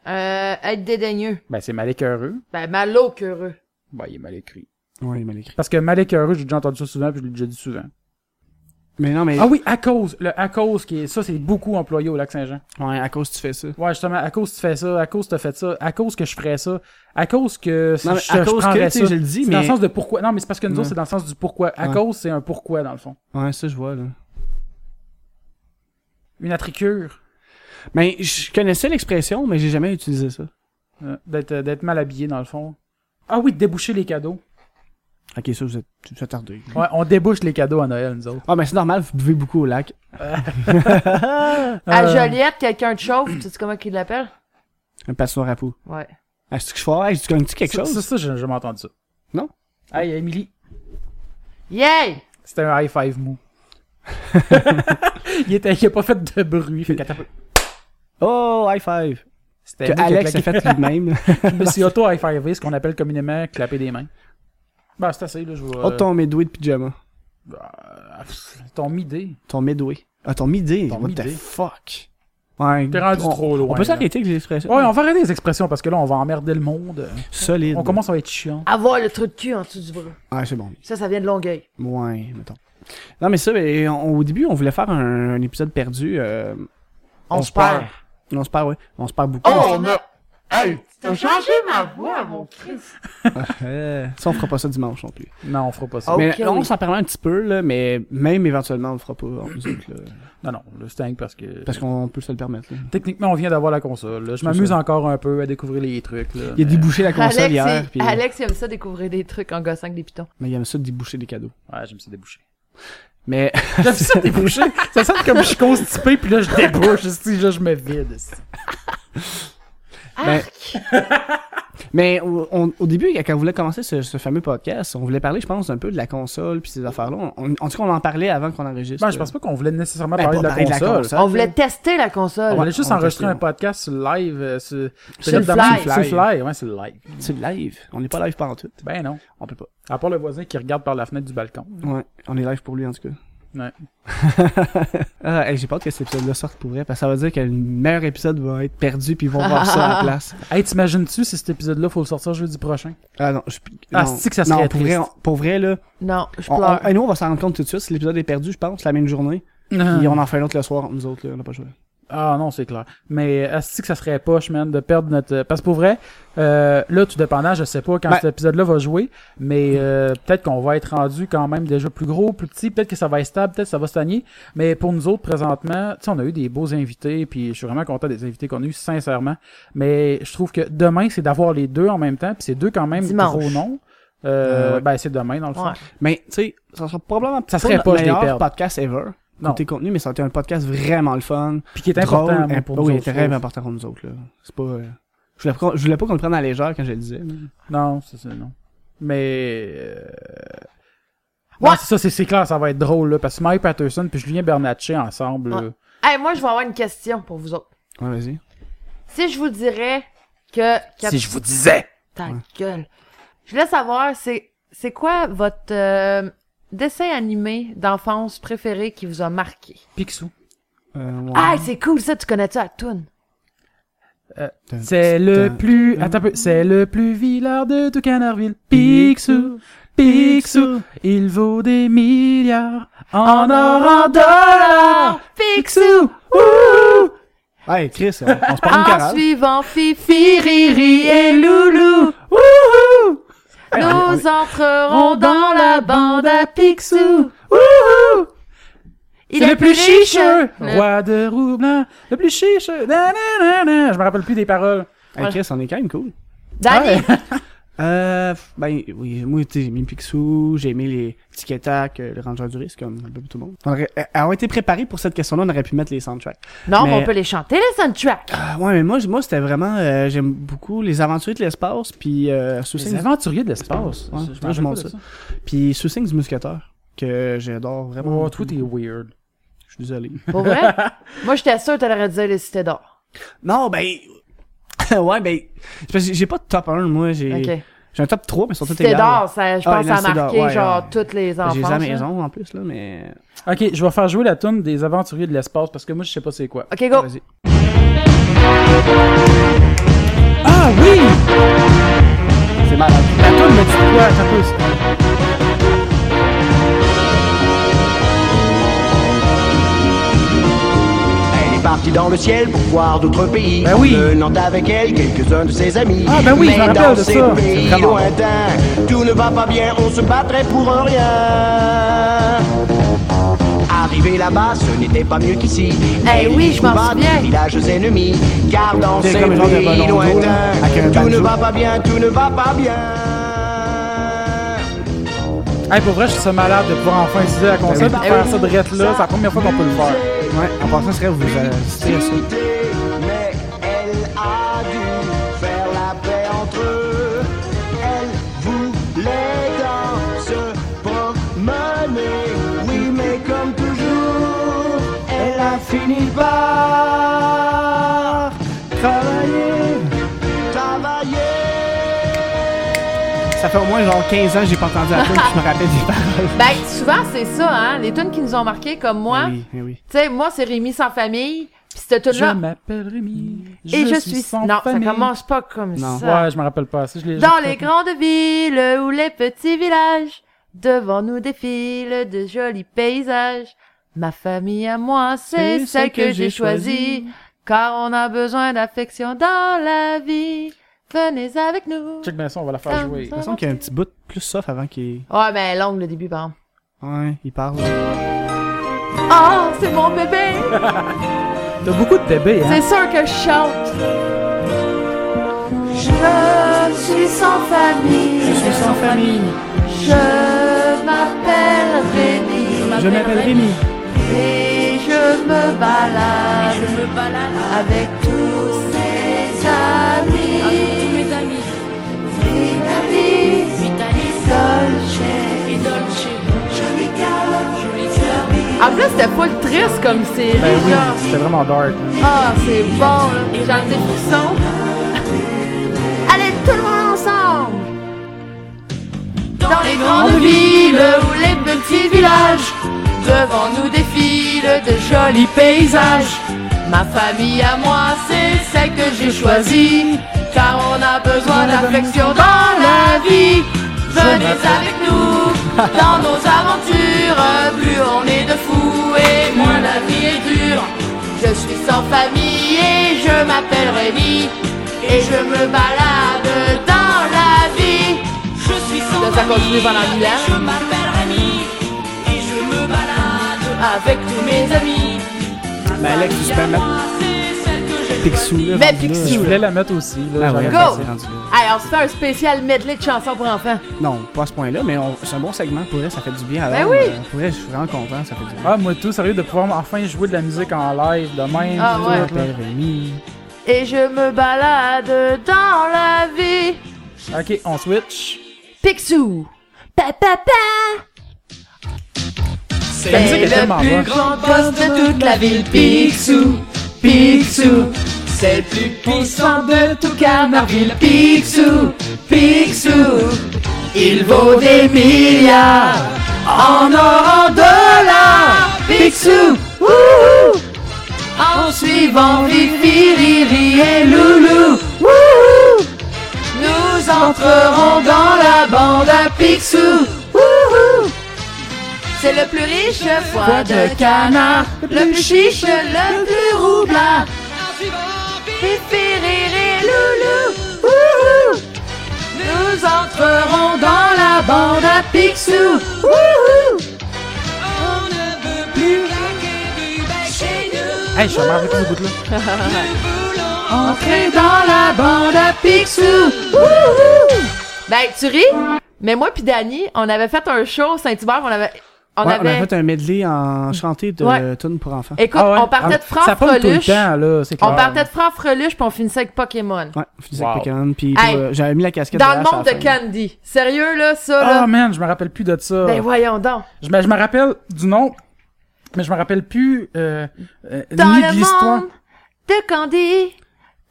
S4: Euh, être dédaigneux.
S1: Ben, c'est maléqueureux.
S4: Ben, malocureux.
S1: Ben, il est mal écrit.
S5: Ouais, il m'a écrit.
S1: Parce que maléqueureux, j'ai déjà entendu ça souvent, puis je l'ai déjà dit souvent.
S5: Mais non, mais.
S1: Ah oui, à cause. Le à cause, qui est, ça, c'est beaucoup employé au lac Saint-Jean.
S5: Ouais, à cause que tu fais ça.
S1: Ouais, justement, à cause que tu fais ça, à cause que t'as fait ça, à cause que je ferais ça, à cause que si
S5: Non, mais
S1: je,
S5: à
S1: je
S5: cause que,
S1: prendrais
S5: tu
S1: ça.
S5: sais, je le dis,
S1: C'est
S5: mais.
S1: dans le sens de pourquoi. Non, mais c'est parce que nous
S5: Ouais.
S1: autres, c'est dans le sens du pourquoi. À
S5: Ouais.
S1: cause, c'est un pourquoi, dans le fond.
S5: Ouais, ça, je vois, là.
S1: Une attricure
S5: Mais je connaissais l'expression, mais j'ai jamais utilisé ça.
S1: euh, d'être, d'être mal habillé, dans le fond. Ah oui, de déboucher les cadeaux.
S5: Ok, ça, vous êtes, vous êtes tardé.
S1: Ouais, on débouche les cadeaux à Noël, nous autres.
S5: Ah, mais c'est normal, vous buvez beaucoup au lac.
S4: À
S1: Euh,
S4: Joliette, quelqu'un te chauffe, tu sais comment qu'il l'appelle?
S5: Un passoire à poux.
S4: Ouais.
S5: Ah, est-ce que je fais, hey, tu gagnes-tu quelque
S1: ça,
S5: chose?
S1: Ça, ça, j'ai jamais entendu ça.
S5: Non?
S1: Hey, Emily,
S4: Yay!
S1: c'était un high five mou. (laughs) il, était, il a pas fait de bruit. Fait qu'attends un peu.
S5: Oh, high five!
S1: c'était
S5: Que
S1: lui qui a
S5: Alex a
S1: Ben, claqué. (laughs)
S5: fait lui-même.
S1: Je me suis auto-high-fivé, ce qu'on appelle communément clapper des mains. Ben, c'est assez, là, je vois. euh, ah,
S5: Oh, ton midway de pyjama.
S1: Ton midé.
S5: Ton midway. Ah, ton midi.
S1: Ton
S5: What
S1: midday.
S5: the fuck? Ouais.
S1: T'es rendu
S5: on,
S1: trop loin.
S5: On peut
S1: là.
S5: s'arrêter avec les expressions.
S1: Ouais, on va arrêter les expressions parce que là, on va emmerder le monde.
S5: Solide.
S1: On commence à être chiant.
S4: Avoir le truc de cul en dessous du bras.
S5: Ouais, c'est bon.
S4: Ça, ça vient de Longueuil.
S5: Ouais, mettons. Non, mais ça, ben, on- au début, on voulait faire un, un épisode perdu. euh,
S4: On se perd.
S5: on se perd, ouais. On se perd beaucoup.
S1: Oh,
S4: a... Hey, t'as changé ma voix, mon Christ!
S5: Euh, ça, on fera pas ça dimanche non plus.
S1: Non, on fera pas ça.
S4: Ok.
S5: Mais on s'en permet un petit peu, là, mais même éventuellement, on le fera pas en musique, là,
S1: Non, non, le sting parce que.
S5: parce qu'on peut se le permettre. là.
S1: Techniquement, on vient d'avoir la console. là. Je m'amuse encore un peu à découvrir les trucs. Là, Euh,
S5: Il a
S1: mais-
S5: débouché la console
S4: Alex,
S5: hier,
S4: il-
S5: puis,
S4: Alex, il aime ça découvrir des trucs en gossant avec des pitons.
S5: mais il aime ça déboucher des cadeaux.
S1: Ouais, j'aime ça déboucher. (laughs)
S5: Mais
S1: J'aime ça déboucher. ça sonne comme je suis constipé, puis là, je débouche. esti, là, je me vide. esti.
S4: Ah,
S5: Ben, (laughs) mais au- on- au début, quand on voulait commencer ce, ce fameux podcast, on voulait parler, je pense, un peu de la console puis ces affaires-là. On- en tout cas, on en parlait avant qu'on enregistre.
S1: Ben, je pense pas qu'on voulait nécessairement
S5: Ben,
S1: parler,
S5: pas
S1: de, la
S5: parler de la
S1: console.
S5: console.
S4: On voulait tester la console.
S1: On
S5: Ouais,
S1: voulait Ah, juste
S5: on va
S1: enregistrer
S5: tester,
S1: un
S5: ouais.
S1: podcast sur le live. euh, sur...
S4: le fly.
S1: C'est le fly, ouais, c'est le live.
S5: C'est le live. On n'est pas live pendant tout.
S1: Ben non.
S5: On peut pas.
S1: À part le voisin qui regarde par la fenêtre du balcon.
S5: Ouais, on est live pour lui, en tout cas.
S1: Ouais.
S5: (laughs) Ah, hey, j'ai peur que cet épisode-là sorte pour vrai, parce que ça veut dire que le meilleur épisode va être perdu puis ils vont voir ça
S1: (laughs)
S5: à la place.
S1: Hey, t'imagines-tu si cet épisode-là, faut le sortir jeudi (laughs) prochain?
S5: Ah non, je...
S1: Ah,
S5: non.
S1: c'est que ça
S5: Non,
S1: serait
S5: pour vrai,
S1: triste.
S5: on- pour vrai, là,
S4: Non, je
S5: on,
S4: pleure.
S5: on- et nous, on va s'en rendre compte tout de suite si l'épisode est perdu, je pense, la même journée. Puis on en fait un autre le soir, nous autres, là, on n'a pas joué.
S1: Ah non, c'est clair. Mais asti que ça serait poche, man, de perdre notre... Parce que pour vrai, euh, là, tout dépendant, je sais pas quand
S5: Ben-
S1: cet épisode-là va jouer, mais euh, peut-être qu'on va être rendu quand même déjà plus gros, plus petit, peut-être que ça va être stable, peut-être que ça va stagner. Mais pour nous autres, présentement, tu sais, on a eu des beaux invités, puis je suis vraiment content des invités qu'on a eu, sincèrement. Mais je trouve que demain, c'est d'avoir les deux en même temps, puis c'est deux quand même
S4: Dimanche.
S1: gros noms. Euh,
S5: Euh, ouais.
S1: Ben, c'est demain, dans le fond.
S4: Ouais.
S5: Mais, tu sais, ça sera probablement
S1: Ça
S5: pas
S1: serait
S5: notre
S1: pas, je les
S5: meilleur
S1: perds.
S5: podcast ever.
S1: Non.
S5: Côté contenu, mais ça a été un podcast vraiment le fun.
S1: Puis qui est
S5: drôle,
S1: important
S5: imp-
S1: moi, pour nous
S5: oui,
S1: autres, je
S5: très
S1: trouve.
S5: important pour nous autres, là. C'est pas, euh, je voulais, pas- je voulais pas qu'on le prenne à la légère quand je le disais. mais-
S1: Non, ça c'est non. Mais. euh,
S4: Ouais.
S1: non, c'est ça, c'est- c'est clair, ça va être drôle, là, parce que Mike Patterson puis Julien Bernatchez ensemble.
S4: Ouais.
S1: là.
S4: Hey, moi, je vais avoir une question pour vous autres.
S5: Ouais, vas-y.
S4: Si je vous dirais que...
S1: Si je vous disais!
S4: Ta gueule. Je voulais savoir, c'est, c'est quoi votre euh, dessin animé d'enfance préféré qui vous a marqué?
S1: Picsou.
S5: Euh, ouais.
S4: Ah, c'est cool ça, tu connais-tu la toune?
S1: C'est le plus.
S5: tum,
S1: Attends un peu. C'est le plus vilard de tout Canardville. Picsou. Picsou. Il vaut des milliards en or en
S4: Ah,
S1: dollars. Picsou. Ouh.
S5: Hey, Chris, on, on se
S2: Ah,
S5: parle une
S4: En
S5: carale.
S4: suivant Fifi, Riri et Loulou,
S1: Ouhou.
S4: nous entrerons dans la bande à Picsou.
S1: Ouhou.
S4: Il
S1: C'est le plus chicheux,
S4: Le-
S1: roi de Roublanc, le plus chicheux. Na, na, na, na. Je me rappelle plus des paroles.
S5: Hey, Chris, on est quand même cool.
S4: Danny,
S5: Euh, ben, oui, moi, tu sais, j'ai mis Picsou, j'ai mis les Tic et Tac, euh, le Ranger du Risque, comme un peu tout le monde. On aurait, euh, avoir été préparé pour cette question-là, on aurait pu mettre les soundtracks.
S4: Non, mais
S5: Mais-
S4: on peut les chanter, les soundtracks.
S5: Ah, ouais, mais moi, j- moi c'était vraiment, euh, j'aime beaucoup les aventuriers de l'espace, puis euh,
S1: Les
S5: Sous-Sing
S1: aventuriers de l'espace.
S5: Ouais,
S1: Je me
S5: je
S1: rappelle pas
S5: monte
S1: de
S5: ça. puis Sous-Sing du Mousquetaire, que j'adore vraiment.
S1: Oh, toi, t'es weird.
S5: Je suis désolé.
S4: Pour
S5: (laughs)
S4: vrai? moi, j'étais sûre que t'aurais dit les cités d'or.
S5: Non, ben, (laughs) ouais, ben, c'est parce que j'ai pas de top 1, moi, j'ai,
S4: Ok.
S5: j'ai un top 3, mais ils sont tous
S4: Cités
S5: égales.
S4: d'or, ça, je
S5: Ah,
S4: pense que
S5: les
S4: ça a
S5: Cités d'or,
S4: marqué
S5: ouais,
S4: genre
S5: ouais. Ben,
S4: toutes les enfants.
S5: J'ai la
S4: là.
S5: maison, en plus, là, mais...
S1: Ok, je vais faire jouer la tune des aventuriers de l'espace parce que moi, je sais pas c'est quoi.
S4: Ok, go.
S5: Vas-y.
S1: Ah oui!
S5: C'est malade.
S1: La tune me dit quoi? Attends un peu.
S7: Elle est partie dans le ciel pour voir d'autres pays.
S1: Ben oui.
S7: Menant avec elle quelques-uns de ses amis.
S1: Ah, ben oui, je me
S7: Mais
S1: rappelle
S7: dans
S1: de
S7: ces
S1: ça.
S7: pays
S1: C'est vraiment bon.
S7: lointains, tout ne va pas bien, on se battrait pour rien. Arrivé là-bas, ce n'était pas mieux qu'ici.
S4: Eh
S7: Elle
S4: oui,
S7: y
S4: je m'en
S7: trouva des
S4: souviens.
S7: Villages ennemis, car dans
S5: C'est
S7: ces
S5: comme le genre de
S7: pays
S5: Bonanza, là,
S7: lointains,
S5: avec un
S7: tout ne
S5: banjo.
S7: va pas bien, tout ne va pas bien.
S1: Hey, pour vrai, je suis ça malade de pouvoir enfin utiliser la console et de
S5: Ben
S2: oui.
S1: faire
S2: Ben
S1: ça de rette là. C'est la première fois qu'on peut le faire.
S5: Ouais, en passant, ce serait vous assister à ça.
S7: Mais elle a dû faire la paix entre eux. Elle voulait dans se promener. Oui, mais comme toujours, elle a fini par travailler. Travailler.
S5: Ça fait au moins genre 15 ans que j'ai pas entendu la tune puis je me rappelle des paroles.
S2: Ben, souvent, c'est ça, hein. Les tunes qui nous ont marqué, comme moi.
S5: Eh Oui, eh oui.
S2: Tu sais, moi, c'est Rémi sans famille. Puis cette
S1: Je
S2: tune-là.
S1: m'appelle Rémi.
S2: Et je, suis.
S1: sans
S2: non,
S1: famille.
S2: ça commence pas comme
S5: Non.
S2: ça.
S1: Ouais, je me rappelle pas. Si je l'ai-
S2: Dans
S1: je-
S2: les grandes villes ou les petits villages, devant nous défilent de jolis paysages. Ma famille à moi, c'est celle que, j'ai choisie, car on a besoin d'affection dans la vie. Venez avec nous.
S1: Check bien ça, on va la faire
S2: Comme
S1: jouer.
S5: Il me semble qu'il y a un petit bout plus soft avant qu'il.
S2: Ouais, mais longue le début, par exemple.
S5: Ouais, il parle.
S2: Ah, c'est mon bébé!
S1: T'as beaucoup de bébés, hein?
S2: C'est sûr que je chante. Je suis sans famille. Je suis sans famille. Je m'appelle Rémi.
S5: Je m'appelle Rémi.
S2: Et je me balade. Avec tous ses amis. Vitalis, Dolce. En plus, c'était Ah, pas triste comme série,
S1: Ben oui, c'était vraiment dark.
S2: ah, c'est bon, là. J'en ai des poussons. (laughs) Allez, tout le monde ensemble! Dans les grandes villes ou les petits villages, devant nous défilent de jolis paysages. Ma famille à moi, c'est celle que j'ai choisie, car on a besoin d'affection dans la vie. Venez avec nous dans nos aventures, plus on est de fous et moins la vie est dure. Je suis sans famille et je m'appelle Rémi et je me balade dans la vie. Je suis sans ça, continue pendant mille ans. Je m'appelle Rémi et je me balade avec tous mes amis.
S5: Mais Ben, Alex, tu peux mettre Picsou là.
S4: Ben,
S2: Mais
S5: rendu là.
S1: Je
S2: Picsou.
S1: voulais la mettre aussi. Là,
S5: Ah ouais,
S1: j'aurais
S2: Go!
S1: pensé.
S5: c'est rendu là.
S2: Allez, on se fait un spécial medley de chansons pour enfants.
S5: Non, pas à ce point-là, mais on- c'est un bon segment pour elle, ça fait du bien. à
S2: Ben
S5: l'âme,
S2: oui.
S5: euh, Pour elle, je suis vraiment content, ça fait du bien.
S1: Ah, moi tout, sérieux, de pouvoir enfin jouer de la musique en live, de même.
S2: Ah,
S1: tout,
S2: ouais.
S1: là.
S5: Appelle Rémi.
S2: Et je me balade dans la vie.
S1: Ok, on switch.
S2: Picsou. Pa, pa, pa.
S1: La musique est tellement bonne.
S2: grand poste de toute la ville. Picsou. Picsou. C'est le plus puissant de tout Camarville. Picsou. Picsou. Il vaut des milliards en or, en dollars. Picsou. Wouhou. En suivant Fifi, Riri et Loulou. Wouhou. Nous entrerons dans la bande à Picsou. Wouhou. C'est le plus riche foie de canard, le plus chiche, le plus roublard. Fifi, Riri, Loulou, wouhou. Nous entrerons dans la bande à Picsou, wouhou.
S1: Hey, je suis marre avec ce bout-là.
S2: (laughs) Entrez dans la bande à Picsou, wouhou. Ben, tu ris, mais moi puis Dani, on avait fait un show Saint-Hubert, on avait... On
S5: Ouais, on a fait un medley en chanté de
S2: Ouais.
S5: tunes pour enfants.
S2: Écoute,
S1: Ah ouais?
S2: on partait de France
S1: Ça pomme tout le
S2: Freluche.
S1: temps, Ah. là, c'est clair.
S2: On partait de France Freluche, puis on finissait avec Pokémon.
S5: Ouais, je disais
S1: Wow.
S5: avec Pokémon, puis
S2: Hey.
S5: pour, euh, j'avais mis la casquette
S2: Dans le
S5: VH à
S2: monde
S5: la
S2: de
S5: fin.
S2: Candy. Sérieux, là, ça, là?
S1: Ah, man, je me rappelle plus de ça.
S2: Ben voyons donc.
S1: Je me, je me rappelle du nom, mais je me rappelle plus euh, euh, ni
S2: Dans
S1: de
S2: le
S1: l'histoire.
S2: monde de Candy,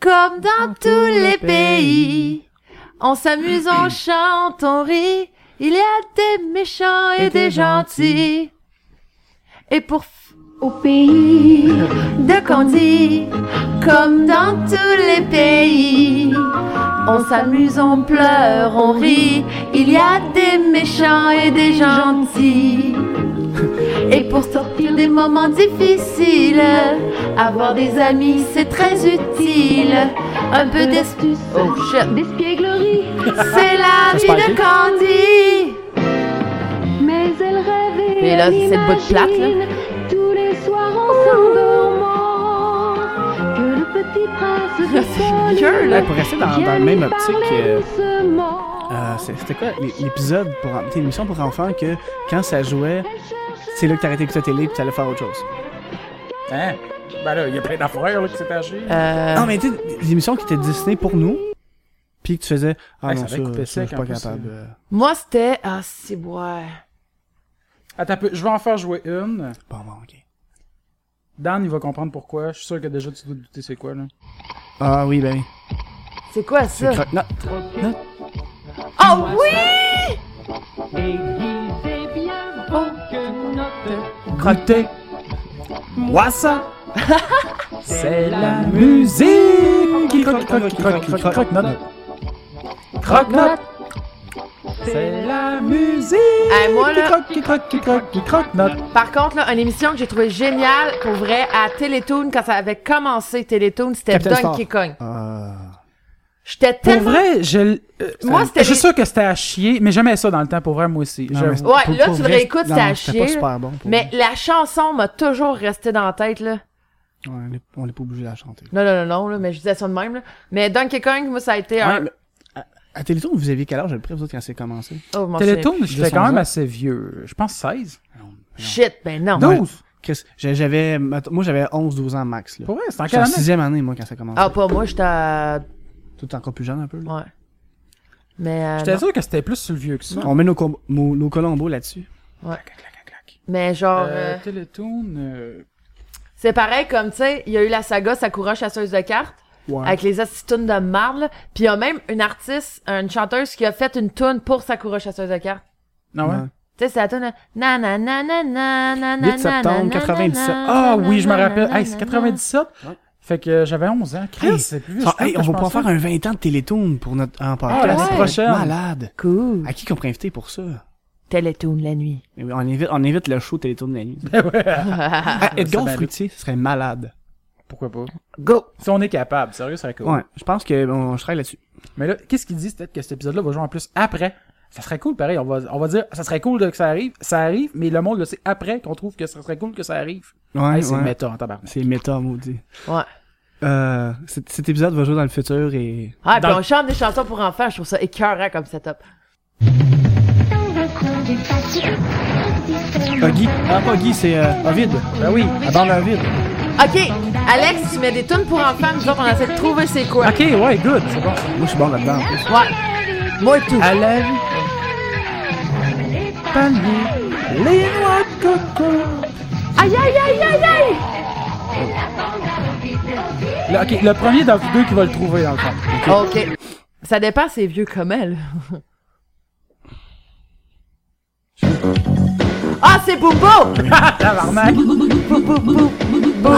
S2: comme dans tous les pays, on s'amuse, (clears throat) on chante, on rit. Il y a des méchants et, des, gentils. Et pour f- au pays de Candy, comme dans tous les pays, on s'amuse, on pleure, on rit. Il y a des méchants et des gentils. Et pour sortir des moments difficiles, avoir des amis, c'est très utile. Un peu d'astuce, oh shit, d'espièglerie, c'est la vie de Candy.
S8: Mais elle rêvait.
S2: Mais là, c'est le bout de plate, là.
S8: Tous les soirs en s'endormant. Que le petit prince.
S2: (laughs) vieux, là.
S5: Ouais, pour rester dans, dans la même optique, euh, Euh, c'est- C'était quoi l'é- l'épisode pour en- t'sais, l'émission pour enfants que quand ça jouait, c'est là que t'arrêtais d'écouter la télé puis t'allais faire autre chose.
S1: Hein? Ben là, il y a plein d'affaires là, qui s'est agi.
S2: Euh,
S5: Non mais tu des émissions qui étaient destinées pour nous, puis que tu faisais ah
S1: Hey,
S5: non
S1: ça
S5: ça,
S1: avait coupé
S5: ça, je suis
S1: sec,
S5: pas
S1: en plus,
S5: capable.
S1: euh.
S5: euh.
S2: Moi, c'était. Ah, c'est ouais.
S1: Attends, un peu, je vais en faire jouer une.
S5: Bon bon ok.
S1: Dan, il va comprendre pourquoi. Je suis sûr que déjà tu dois te douter c'est quoi là.
S5: Ah oui ben oui.
S2: C'est quoi
S5: c'est
S2: ça?
S5: croque note.
S2: Ah oui!
S5: Croque
S2: (laughs)
S5: Moi ça.
S1: C'est la musique qui croque, croque, qui croque, qui croque, croque, note. Croque, note. C'est la musique
S2: Hey, Ah, moi,
S1: qui
S2: là-
S1: croque, qui croque, qui croque, qui croque, note.
S2: Par contre, là, une émission que j'ai trouvée géniale, pour vrai, à Télétoon, quand ça avait commencé Télétoon, c'était
S5: Captain
S2: Donkey Kong.
S5: Ah.
S2: J'étais
S1: Pour
S2: tellement...
S1: vrai, je. l- euh,
S2: Moi,
S1: je
S2: c'était
S1: suis
S2: les-
S1: sûr que c'était à chier, mais j'aimais ça dans le temps, pour vrai, moi aussi.
S5: Non,
S1: j'avoue.
S5: mais c'était-
S2: Ouais,
S5: pour-
S2: là,
S5: pour
S2: tu le
S5: vrai,
S2: réécoutes,
S5: non,
S2: c'est à
S5: c'était pas
S2: chier,
S5: super bon. pour
S2: Mais la chanson m'a toujours resté dans la tête, là.
S5: vrai. Ouais, on est- on n'est pas obligé de la chanter.
S2: Non, non, non, non, là, mais je disais ça de même, là. Mais Donkey Kong, moi, ça a été
S5: Ouais,
S2: un...
S5: mais à, à Téléthon, vous aviez quel âge après vous autres quand c'est commencé
S2: Oh, mon Dieu.
S1: Télétoon, j'étais quand
S5: 200
S1: même
S5: ans.
S1: assez vieux. Je pense 16.
S2: Shit, ben non.
S5: Non.
S1: 12.
S5: Chris, j'ai- j'avais mettons- moi j'avais 11 12 ans max là.
S1: Pour vrai, c'était en
S5: J'étais
S1: quelle
S5: en
S1: année?
S5: sixième année moi quand ça commençait.
S2: Ah, pas moi, j'étais à...
S5: Tout encore plus jeune un peu là.
S2: Ouais. Mais, euh,
S1: J'étais
S2: non.
S1: sûr que c'était plus sur le vieux que ça.
S5: On met nos, com- mo- nos colombos là-dessus.
S2: mais genre... euh,
S1: Euh, Télétoon. euh,
S2: C'est pareil comme, tu sais, il y a eu la saga Sakura chasseuse de cartes.
S5: Ouais.
S2: Avec les assistunes de marde, là. Puis il y a même une artiste, une chanteuse qui a fait une tune pour Sakura chasseuse de cartes.
S1: Non, ouais.
S5: Ouais.
S2: Tu sais, c'est la tune là. na na na na na na na
S5: 8 septembre
S2: na, na,
S5: 97.
S2: na, na,
S1: Ah
S2: na,
S1: oui, je me
S2: na,
S1: rappelle.
S2: na,
S1: Hey, c'est
S2: na, na.
S1: 97.
S5: Ouais.
S1: Fait que euh, j'avais 11 ans. Chris,
S5: Hey,
S1: c'est plus.
S5: Ah, hey, on va pouvoir faire un 20 ans de Télétoon pour notre en podcast.
S1: hein. Ah, la
S2: semaine
S1: prochaine.
S5: Malade.
S2: Cool.
S5: À qui qu'on pourrait inviter pour ça
S2: Télétoon la nuit.
S5: Mais oui, on invite, on invite le show Télétoon de la nuit.
S1: Ben
S2: Ah,
S5: (laughs) Ah, Edgar
S1: va aller.
S5: Fruitier, ce serait malade.
S1: Pourquoi pas?
S2: Go!
S1: Si on est capable, sérieux, ça serait cool.
S5: Ouais, je pense que bon, je travaille là-dessus.
S1: Mais là, qu'est-ce qu'ils disent? Peut-être que cet épisode-là va jouer en plus après. Ça serait cool, pareil. On va, on va dire, ça serait cool de- que ça arrive. Ça arrive, mais le monde le sait après qu'on trouve que ça serait cool que ça arrive.
S5: Ouais,
S1: Hey, c'est
S5: ouais.
S1: méta en tabarnak.
S5: C'est méta, maudit.
S2: Ouais.
S5: Euh, cet, cet épisode va jouer dans le futur et.
S2: Ah,
S1: Dans
S2: puis
S1: le-
S2: on chante des chansons pour enfants, je trouve ça écœurant comme setup.
S9: Dans un coin du patio,
S5: Oggy. Ah, pas Oggy, c'est euh, Ovid.
S1: Ben oui.
S5: La bande à Ovid.
S2: Ok, Alex, tu mets des tunes pour enfants, nous autres, on essaie de trouver c'est quoi.
S1: Ok, ouais, good. C'est bon.
S5: Moi, je suis bon là-dedans. en plus.
S2: Ouais. Moi tout.
S1: À la vie. Les noix de coco.
S2: Aïe, aïe, aïe, aïe, aïe!
S1: Le, ok, le premier dans vous deux qui va le trouver, dans le fond.
S2: Ok. Ça dépend, c'est vieux comme elle. Ah, c'est Boumbo!
S1: (laughs) Tabarnak.
S2: Boumbo, Boumbo,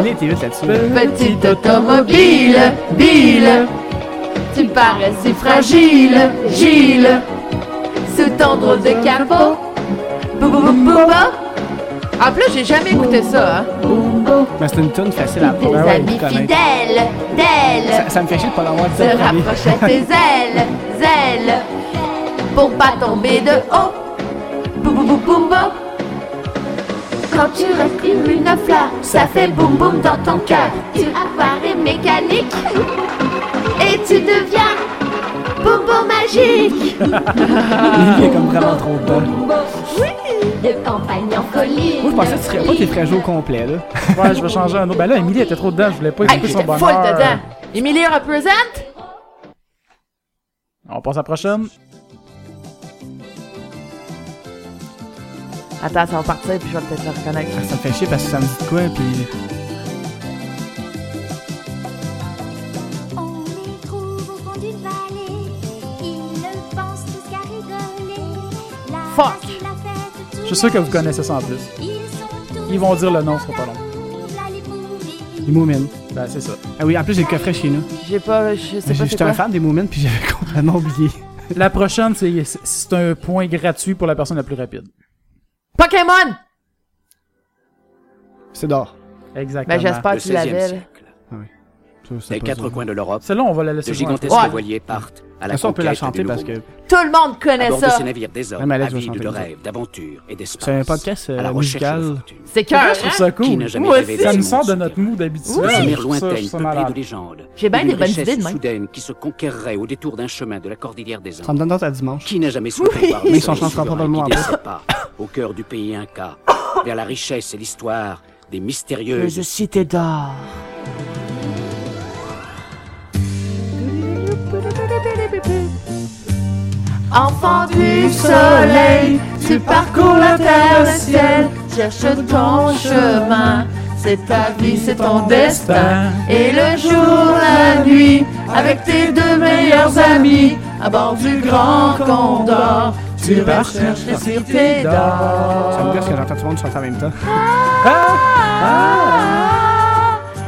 S5: Il était vite là-dessus.
S2: petite automobile, Bill. Tu parais si fragile, Gilles. Sous ton drôle de capot, Boumbo, Boumbo. En plus, Ah, j'ai jamais écouté ça, hein.
S5: Mais Ben, c'est une tune facile à apprendre.
S8: Tes
S5: Ouais,
S8: amis
S5: connaître.
S8: fidèles, d'elle,
S5: ça, ça me fait chier de pas l'avoir dit
S8: se
S5: en premier.
S8: rapprochent à tes ailes, ailes, pour pas tomber de haut. Boum boum boum boum boum. Quand tu respires une fleur, ça fait boum boum dans ton cœur. Tu apparais mécanique et tu deviens boum boum magique.
S5: Il est comme vraiment trop dedans. Moi,
S8: De campagne en colis.
S5: je pensais que tu serais pas tes frais au complet, là.
S2: (laughs)
S1: Ouais, je vais changer un autre. Ben là, Emily était trop dedans, je voulais pas
S2: Hey,
S1: écouter
S2: j'étais
S1: son bonheur.
S2: full dedans. Emily représente?
S1: On passe à la prochaine.
S2: Attends, ça va partir, puis je vais peut-être le reconnaître.
S5: Ah, Ça me fait chier parce que ça me dit de quoi, puis.
S8: On les trouve au fond d'une vallée. Ils ne pensent tous qu'à rigoler. La
S2: Fuck.
S8: race, la fête, tout
S1: Je suis sûr que vous connaissez ça en plus.
S8: Ils, sont tous
S1: Ils vont dire le nom, ce sera pas long.
S8: dans la bourrée.
S5: Les Moomins.
S1: Ben, c'est ça.
S5: Ah oui, en plus, j'ai le coffret chez nous.
S2: J'ai pas, je sais pas c'est
S5: J'étais un
S2: quoi.
S5: fan des Moomins, puis j'avais complètement oublié.
S1: La prochaine, c'est c'est un point gratuit pour la personne la plus rapide.
S2: Pokémon! Ben,
S5: C'est d'or.
S1: Exactement.
S2: Ben, j'espère que tu l'avais. là.
S5: Ça, c'est
S10: Des
S5: pas
S10: quatre
S5: ça.
S10: coins de l'Europe,
S1: Celle-là, on va la laisser
S10: de
S1: jouer.
S10: gigantesques
S2: Ouais.
S10: voiliers partent
S7: à la
S5: toute façon, on peut la
S7: conquête
S5: chanter
S7: du
S5: parce
S7: nouveau.
S5: que
S2: Tout le monde
S7: À
S2: connaît
S7: bord de
S2: ça.
S7: ces navires, des
S5: Ouais,
S7: hommes
S5: mais Alex va
S7: avides
S5: chanter
S7: de
S5: ça.
S7: rêves, d'aventures et d'espace.
S5: c'est un podcast
S7: à la
S5: euh,
S7: recherche de
S5: musical.
S7: fortune.
S2: C'est
S1: Pour vrai,
S2: cœur,
S1: je
S2: hein?
S1: trouve ça
S7: Qui
S1: cool.
S7: n'a jamais
S2: Moi
S7: rêvé
S2: aussi.
S1: Ça
S7: d'un
S1: me
S7: monde
S1: sort de
S7: souterrain.
S1: notre mood habituel. Je
S7: Une mer
S1: trouve ça- je
S7: lointaine,
S1: trouve ça
S7: peuplée de
S1: malade.
S7: légendes.
S2: J'ai bien
S7: D'une
S2: des bonnes
S7: richesse
S2: idées de même.
S7: soudaine qui se conquerrait au détour d'un chemin de la cordillère des Andes.
S5: Ça me donne d'autres à dimanche.
S7: Qui n'a jamais souhaité voir le
S5: Mais son
S7: soleil
S5: chant sera
S7: souverain
S5: probablement
S7: qui
S5: en bas.
S7: descend pas au cœur du pays Inca, vers la richesse et l'histoire des mystérieuses
S11: cité d'or.
S2: Enfant du soleil, tu parcours la terre, le ciel, cherche ton chemin. C'est ta vie, c'est ton destin. Et le jour, la nuit, avec tes deux meilleurs amis, à bord du grand condor, tu vas chercher sur tes dents.
S5: Ça me gosse que j'entends tout le monde chanter en même temps.
S2: Ah,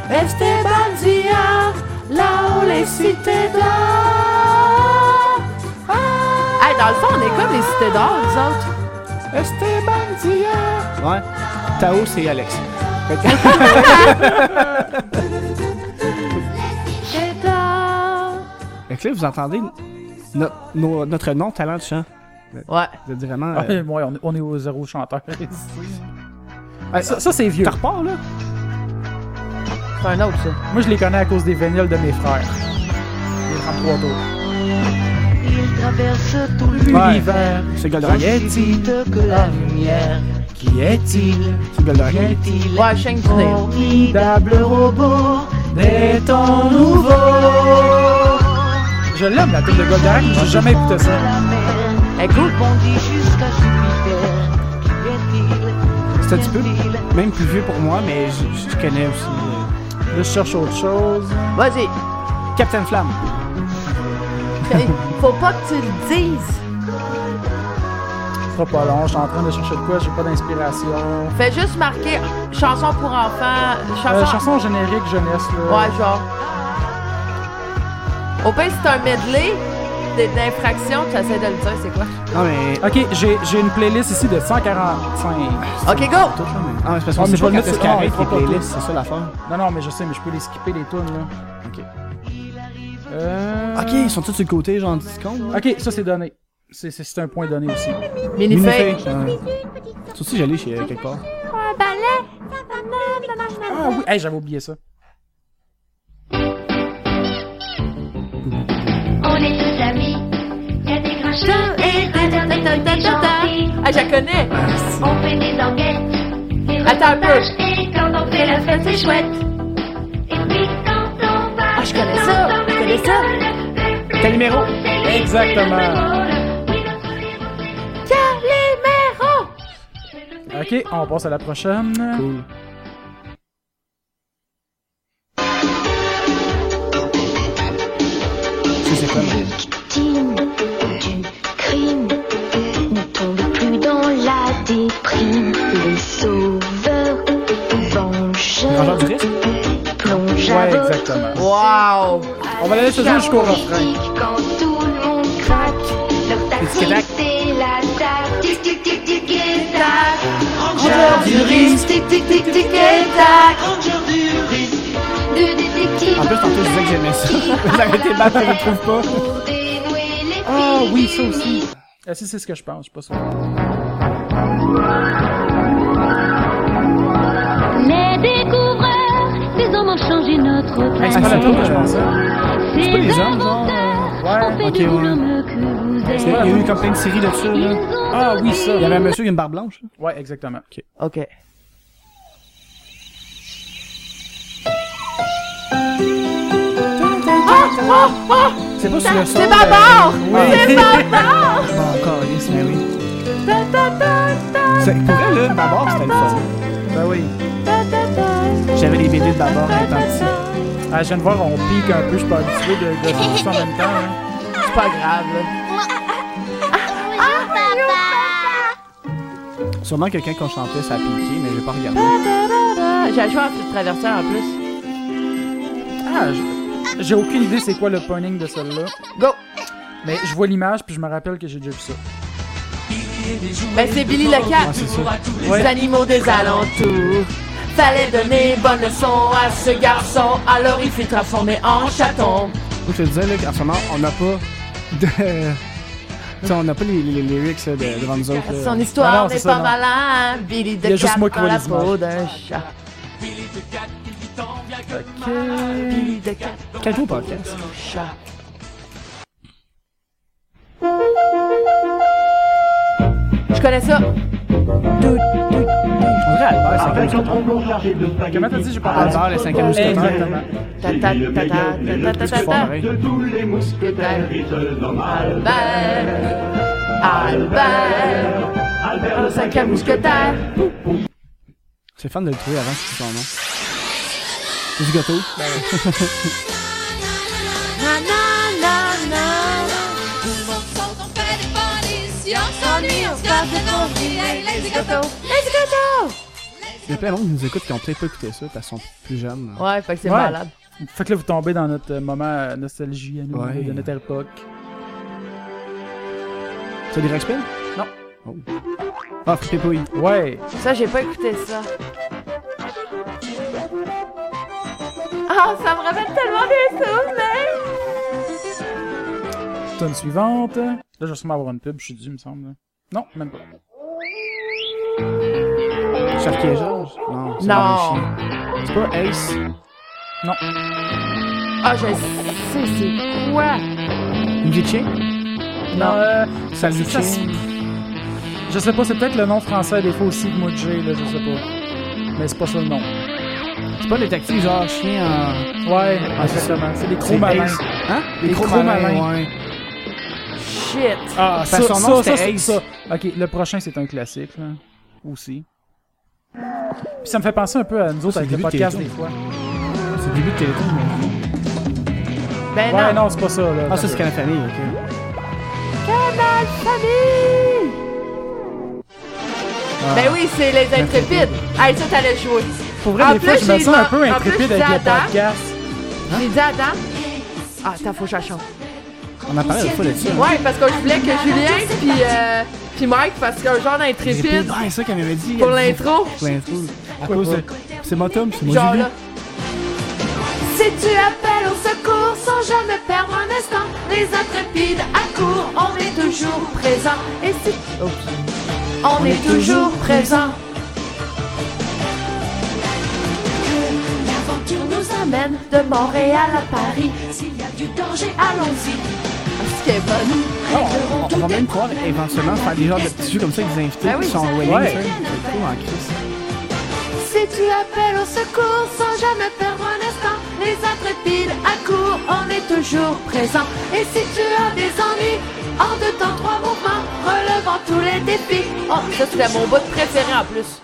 S2: Esteban Dia, là-haut les cités d'or. Ah. Hey, dans le fond, on est comme les cités d'or, nous autres.
S5: Esteban Dia! Ouais. Tao, c'est Alex.
S1: (laughs)
S2: Cités d'or.
S5: Fait que là, vous entendez no- nos- notre non-talent de chant.
S8: Ouais.
S5: Vous êtes vraiment.
S1: Ah,
S5: euh,
S1: ouais, on, est- on est au zéro chanteur. Ah,
S5: hey,
S1: ça, ça, c'est vieux.
S5: T'as repart, là?
S8: C'est un autre, ça.
S1: Moi, je les connais à cause des véniels de mes frères. Les 33 tours.
S11: Il traverse tout
S1: L'univers
S5: C'est Goldorak.
S11: Vite que la lumière.
S1: qui est-il
S5: C'est Goldorak.
S11: Vient-il
S8: Ouais, Shang Tsung.
S11: Formidable robot des temps nouveaux.
S1: Je l'aime, la tune de Goldorak, mais j'ai jamais écouté ça.
S8: Elle est cool.
S11: Bondit jusqu'à Jupiter. Qui est-il
S5: C'est un petit peu
S11: Vient-il
S5: même plus vieux pour moi, mais je, je connais aussi. euh,
S1: Là, je cherche autre chose.
S8: Vas-y.
S5: Captain Flamme.
S2: Hey, (laughs) Faut pas que tu le dises.
S1: Ce sera pas long. Je suis en train de chercher de quoi. J'ai pas d'inspiration.
S8: Fais juste marquer chanson pour enfants. Chanson.
S1: Euh, chanson générique jeunesse, là.
S8: Ouais, genre. Au pire, c'est un medley d- d'infractions. Tu essaies de le dire, c'est quoi?
S5: Non, Ah, mais.
S1: Ok, j'ai j'ai une playlist ici de 145.
S8: Ok, go!
S5: Ah, mais c'est parce
S1: Ah,
S5: qu'on
S1: mais
S5: sait
S1: je vais le
S5: pas quand
S1: mettre
S5: est-ce
S1: sur-
S5: qu'il
S1: ah,
S5: arrête
S1: il
S5: les
S1: fera pas
S5: playlists,
S1: tous.
S5: c'est ça l'affaire.
S1: Non, non, mais je sais, mais je peux les skipper, les tunes, là.
S5: Ok.
S1: Euh...
S5: Ok, ils sont tous sur le côté, genre Discord. là.
S1: Ok, ça, c'est donné. C'est- C'est c'est un point donné aussi.
S8: Minifait.
S1: hein.
S5: Ouais. Ça aussi, j'allais chez euh, quelque part.
S2: Un balai.
S1: Ah oui, hey, j'avais oublié ça.
S9: On est deux amis, il y a des grincheux et des interdits, des gentils.
S2: Ah, je la connais.
S9: On fait des enquêtes, des
S2: Attends un peu.
S9: reportages et quand on fait la fête, c'est chouette. Et puis quand on va,
S2: Ah, je connais ça, je
S9: dans un
S2: connais ça.
S9: école,
S5: Quel numéro?
S1: Exactement.
S2: Calimero.
S1: Ok, on passe à la prochaine.
S5: Cool. Ça, c'est comme.
S9: Les victimes du crime ne tombent plus dans la déprime. Les sauveurs,
S5: Rangeur
S9: vengeurs,
S5: du risque?
S9: plongent à
S1: Ouais,
S9: votre
S1: exactement.
S8: Wow!
S1: On va la laisser jouer jusqu'au refrain.
S9: Quand tout le monde craque, leur
S5: Tic-tac.
S9: tactique c'est l'attaque. Tic tic tic tic et tac.
S11: Rangeur du risque.
S2: Tic, tic, tic, tic et tac.
S11: Rangeur du risque.
S9: Deux détectives.
S5: En plus, tantôt, je disais que j'aimais ça. (laughs) Vous arrêtez battre, je le trouve pas.
S9: Pour dénouer les
S1: Ah oui, ça
S9: pyramides.
S1: aussi. Ah, si, c'est ce que je pense, je suis pas sûr.
S9: Les découvreurs, ces hommes ont changé notre
S1: Hey, Ah, c'est pas la
S9: planète.
S1: tour que je pensais.
S9: Ces
S5: pas les hommes, genre,
S9: inventeurs
S1: euh, ouais,
S9: ont fait
S5: ok,
S9: du
S5: ouais.
S9: boulot mieux que vous
S5: Il y
S9: êtes.
S5: a eu comme plein de séries là-dessus, là.
S1: Ah oui, ça.
S5: Il y avait un monsieur qui a une barbe blanche. là.
S1: Ouais, exactement.
S8: Ok.
S5: C'est pas sur le euh, son.
S8: C'est barbare!
S5: C'est (laughs) Babar! Bon, encore, yes, mais oui. C'est- Pour elle, là, Babar, c'était le fun.
S1: Ben oui.
S5: J'avais les BD de Babar étant petit.
S1: Ah, je viens de voir, on pique un peu, je suis pas habitué de gosser tout ça en même temps. hein.
S8: C'est pas grave, là.
S5: Sûrement que quand on chantait, ça a piqué, mais j'ai pas regardé.
S8: Ah, J'ai joué en flûte traversière en plus.
S1: Ah, je- j'ai aucune idée c'est quoi le punning de celle-là.
S8: Go!
S1: Mais je vois l'image, puis je me rappelle que j'ai déjà vu ça.
S8: Ben, c'est Billy le cat.
S5: Ouais, c'est ça.
S8: Les animaux des alentours. Fallait donner bonne leçon à ce garçon, alors il fut transformé en chaton.
S5: Moi, je te disais, là, qu'en ce moment, on n'a pas de- Tu sais, on n'a pas les, les- les lyrics là, de, devant nous autres. là.
S2: Son
S5: Ah
S2: histoire
S5: non, c'est
S2: n'est
S5: ça,
S2: pas
S5: non.
S2: malin, Billy
S5: Il y
S2: de
S5: a juste
S2: Cat
S5: moi qui
S2: dans
S5: vois
S2: la
S5: les
S2: peau
S5: images.
S2: d'un chat. Billy de Cat,
S5: Quel beau podcast.
S2: chat. Je connais ça.
S5: On dirait Albert, c'est comme ça.
S1: Comment t'as dit, j'ai pas
S5: Albert, le cinquième mousquetaire.
S1: Exactement.
S2: Ta ta ta ta ta ta ta
S5: hein. C'est
S2: ta.
S5: fort, pareil.
S2: Albert, Albert, Albert le cinquième mousquetaire.
S5: C'est fan de le trouver avant, c'est son nom. Du gâteau.
S2: Na na na na.
S5: Il y a plein de monde qui nous écoute qui ont peut-être pas écouté ça parce qu'ils sont plus jeunes.
S2: Ouais, fait que c'est
S1: Ouais.
S2: malade.
S1: Fait que là, vous tombez dans notre euh, moment euh, nostalgie à nous,
S5: Ouais.
S1: de notre époque.
S5: Tu as des respects?
S1: Non.
S5: Oh. Ah, Fripé Pouille.
S1: Ouais!
S2: Ça, j'ai pas écouté ça. Ah, ça me ramène tellement des souvenirs!
S1: Tonne suivante. Là, je vais sûrement avoir une pub, je suis dû, me semble. là. Non, même pas.
S5: Cherki et Georges? Non. c'est
S2: Non.
S5: Marie Chien. C'est pas Ace.
S2: Ah, je sais, c'est quoi?
S5: Une vie de chien?
S1: Non, euh,
S5: Ça le
S1: c'est-
S5: vie de
S1: ça
S5: chien.
S1: se- Je sais pas, c'est peut-être le nom français des fois aussi que moi que j'ai, là, je sais pas. Mais c'est pas ça le nom.
S5: C'est pas détective genre chien en.
S1: Ouais,
S5: Ah,
S1: exactement. C'est des gros malins.
S5: Ace. Hein?
S1: Des
S5: Des gros
S1: gros
S5: malins.
S1: malins.
S5: ouais.
S2: Shit!
S1: Ah,
S5: Parce que son nom, c'était
S1: c'est
S5: Ace.
S1: Ok, le prochain, c'est un classique, là. Aussi. Puis ça me fait penser un peu à nous autres
S5: C'est
S1: avec
S5: le
S1: le
S5: début de
S1: podcast des
S5: Télétoon.
S1: fois.
S5: C'est le début de Téléthon, mais.
S2: Ben
S1: Ouais,
S2: non!
S1: non, c'est pas ça, là.
S5: Ah, ça, c'est Canal Famille, ok.
S2: Canal Famille! Ben oui, c'est les intrépides! Allez, ça, t'allais jouer.
S1: Pour vrai,
S2: En
S1: des fois,
S2: plus,
S1: je me
S2: j'ai
S1: sens un
S2: dit-
S1: peu
S2: en plus,
S1: intrépide
S2: je
S1: avec
S2: dis
S1: le
S2: attends.
S1: podcast.
S2: J'ai dit Adam. Ah, attends, faut que je la chante.
S5: On en parlait une fois là-dessus.
S2: Ouais, parce que je voulais que Julien puis, euh, puis Mike fassent un genre d'intrépide
S5: Ouais, c'est ça qu'elle m'avait dit.
S2: pour
S5: elle dit-
S2: l'intro.
S5: Pour l'intro. À cause de. C'est mon tome, c'est mon
S2: Genre
S5: Julie.
S2: là. Si tu appelles au secours sans jamais perdre un instant, les intrépides accourent, on est toujours présent. Et si. oh, On, est, toujours présent. L'aventure nous amène de Montréal à Paris. S'il y a du danger, allons-y. Ce qui est bon.
S5: Non, on- on va même pouvoir éventuellement faire des genres de petits jeux comme ça avec des invités
S2: Ben oui.
S5: qui sont en wedding.
S1: Ouais.
S5: ça. C'est cool en crise.
S2: Si tu appelles au secours sans jamais perdre un instant, les intrépides accourent, on est toujours présent. Et si tu as des ennuis, en deux temps, trois mouvements, relevant tous les défis. Oh, ça c'était mon bot préféré en plus.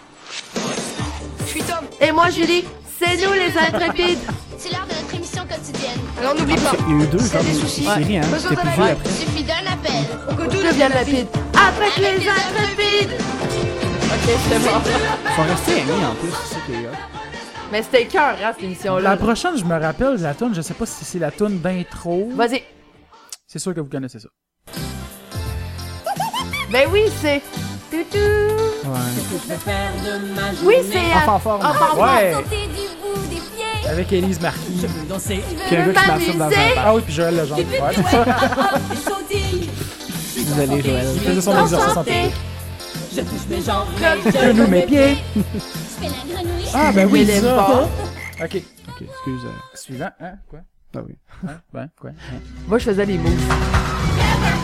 S2: Et moi Julie, c'est nous les (laughs) intrépides.
S9: C'est l'heure de notre émission quotidienne.
S12: Alors n'oublie pas,
S5: Il y a eu deux
S12: si t'as
S5: genres
S12: des
S5: de
S12: soucis,
S5: séries, hein.
S12: besoin
S5: C'était
S12: d'un
S5: plus vieux
S12: appel,
S5: après.
S12: il suffit d'un appel pour que tout
S2: Je viens rapide. Avec les intrépides. Ok, c'était mort.
S5: Faut rester amis en plus, c'est ça qui est hot.
S2: Mais c'était cœur, hein, cette
S1: La
S2: émission-là.
S1: prochaine, je me rappelle de la tune, je sais pas si c'est la tune d'intro.
S2: Vas-y.
S1: C'est sûr que vous connaissez ça.
S2: Ben oui, c'est. Toutou. Oui, c'est. euh,
S5: Enfant fort.
S2: Enfant fort.
S1: Ouais!
S9: Sauter du bout des pieds.
S1: Avec Élise Marquis.
S5: Puis un gars qui se masturbe dans un bar.
S1: Ah oui, puis Joël Legendre. (laughs) Ouais.
S2: Ah,
S5: Désolé, Joël.
S1: Il faisait son exercice en public.
S2: Je touche
S1: Genoux, mes pieds.
S9: Je fais la grenouille.
S1: Ah, ben oui,
S2: les
S1: ça. Ok.
S5: Ok, excuse. euh,
S1: Suivant, hein? Quoi?
S5: Ah oui.
S1: Hein? Ben, quoi? Hein?
S2: Moi, je faisais les moves.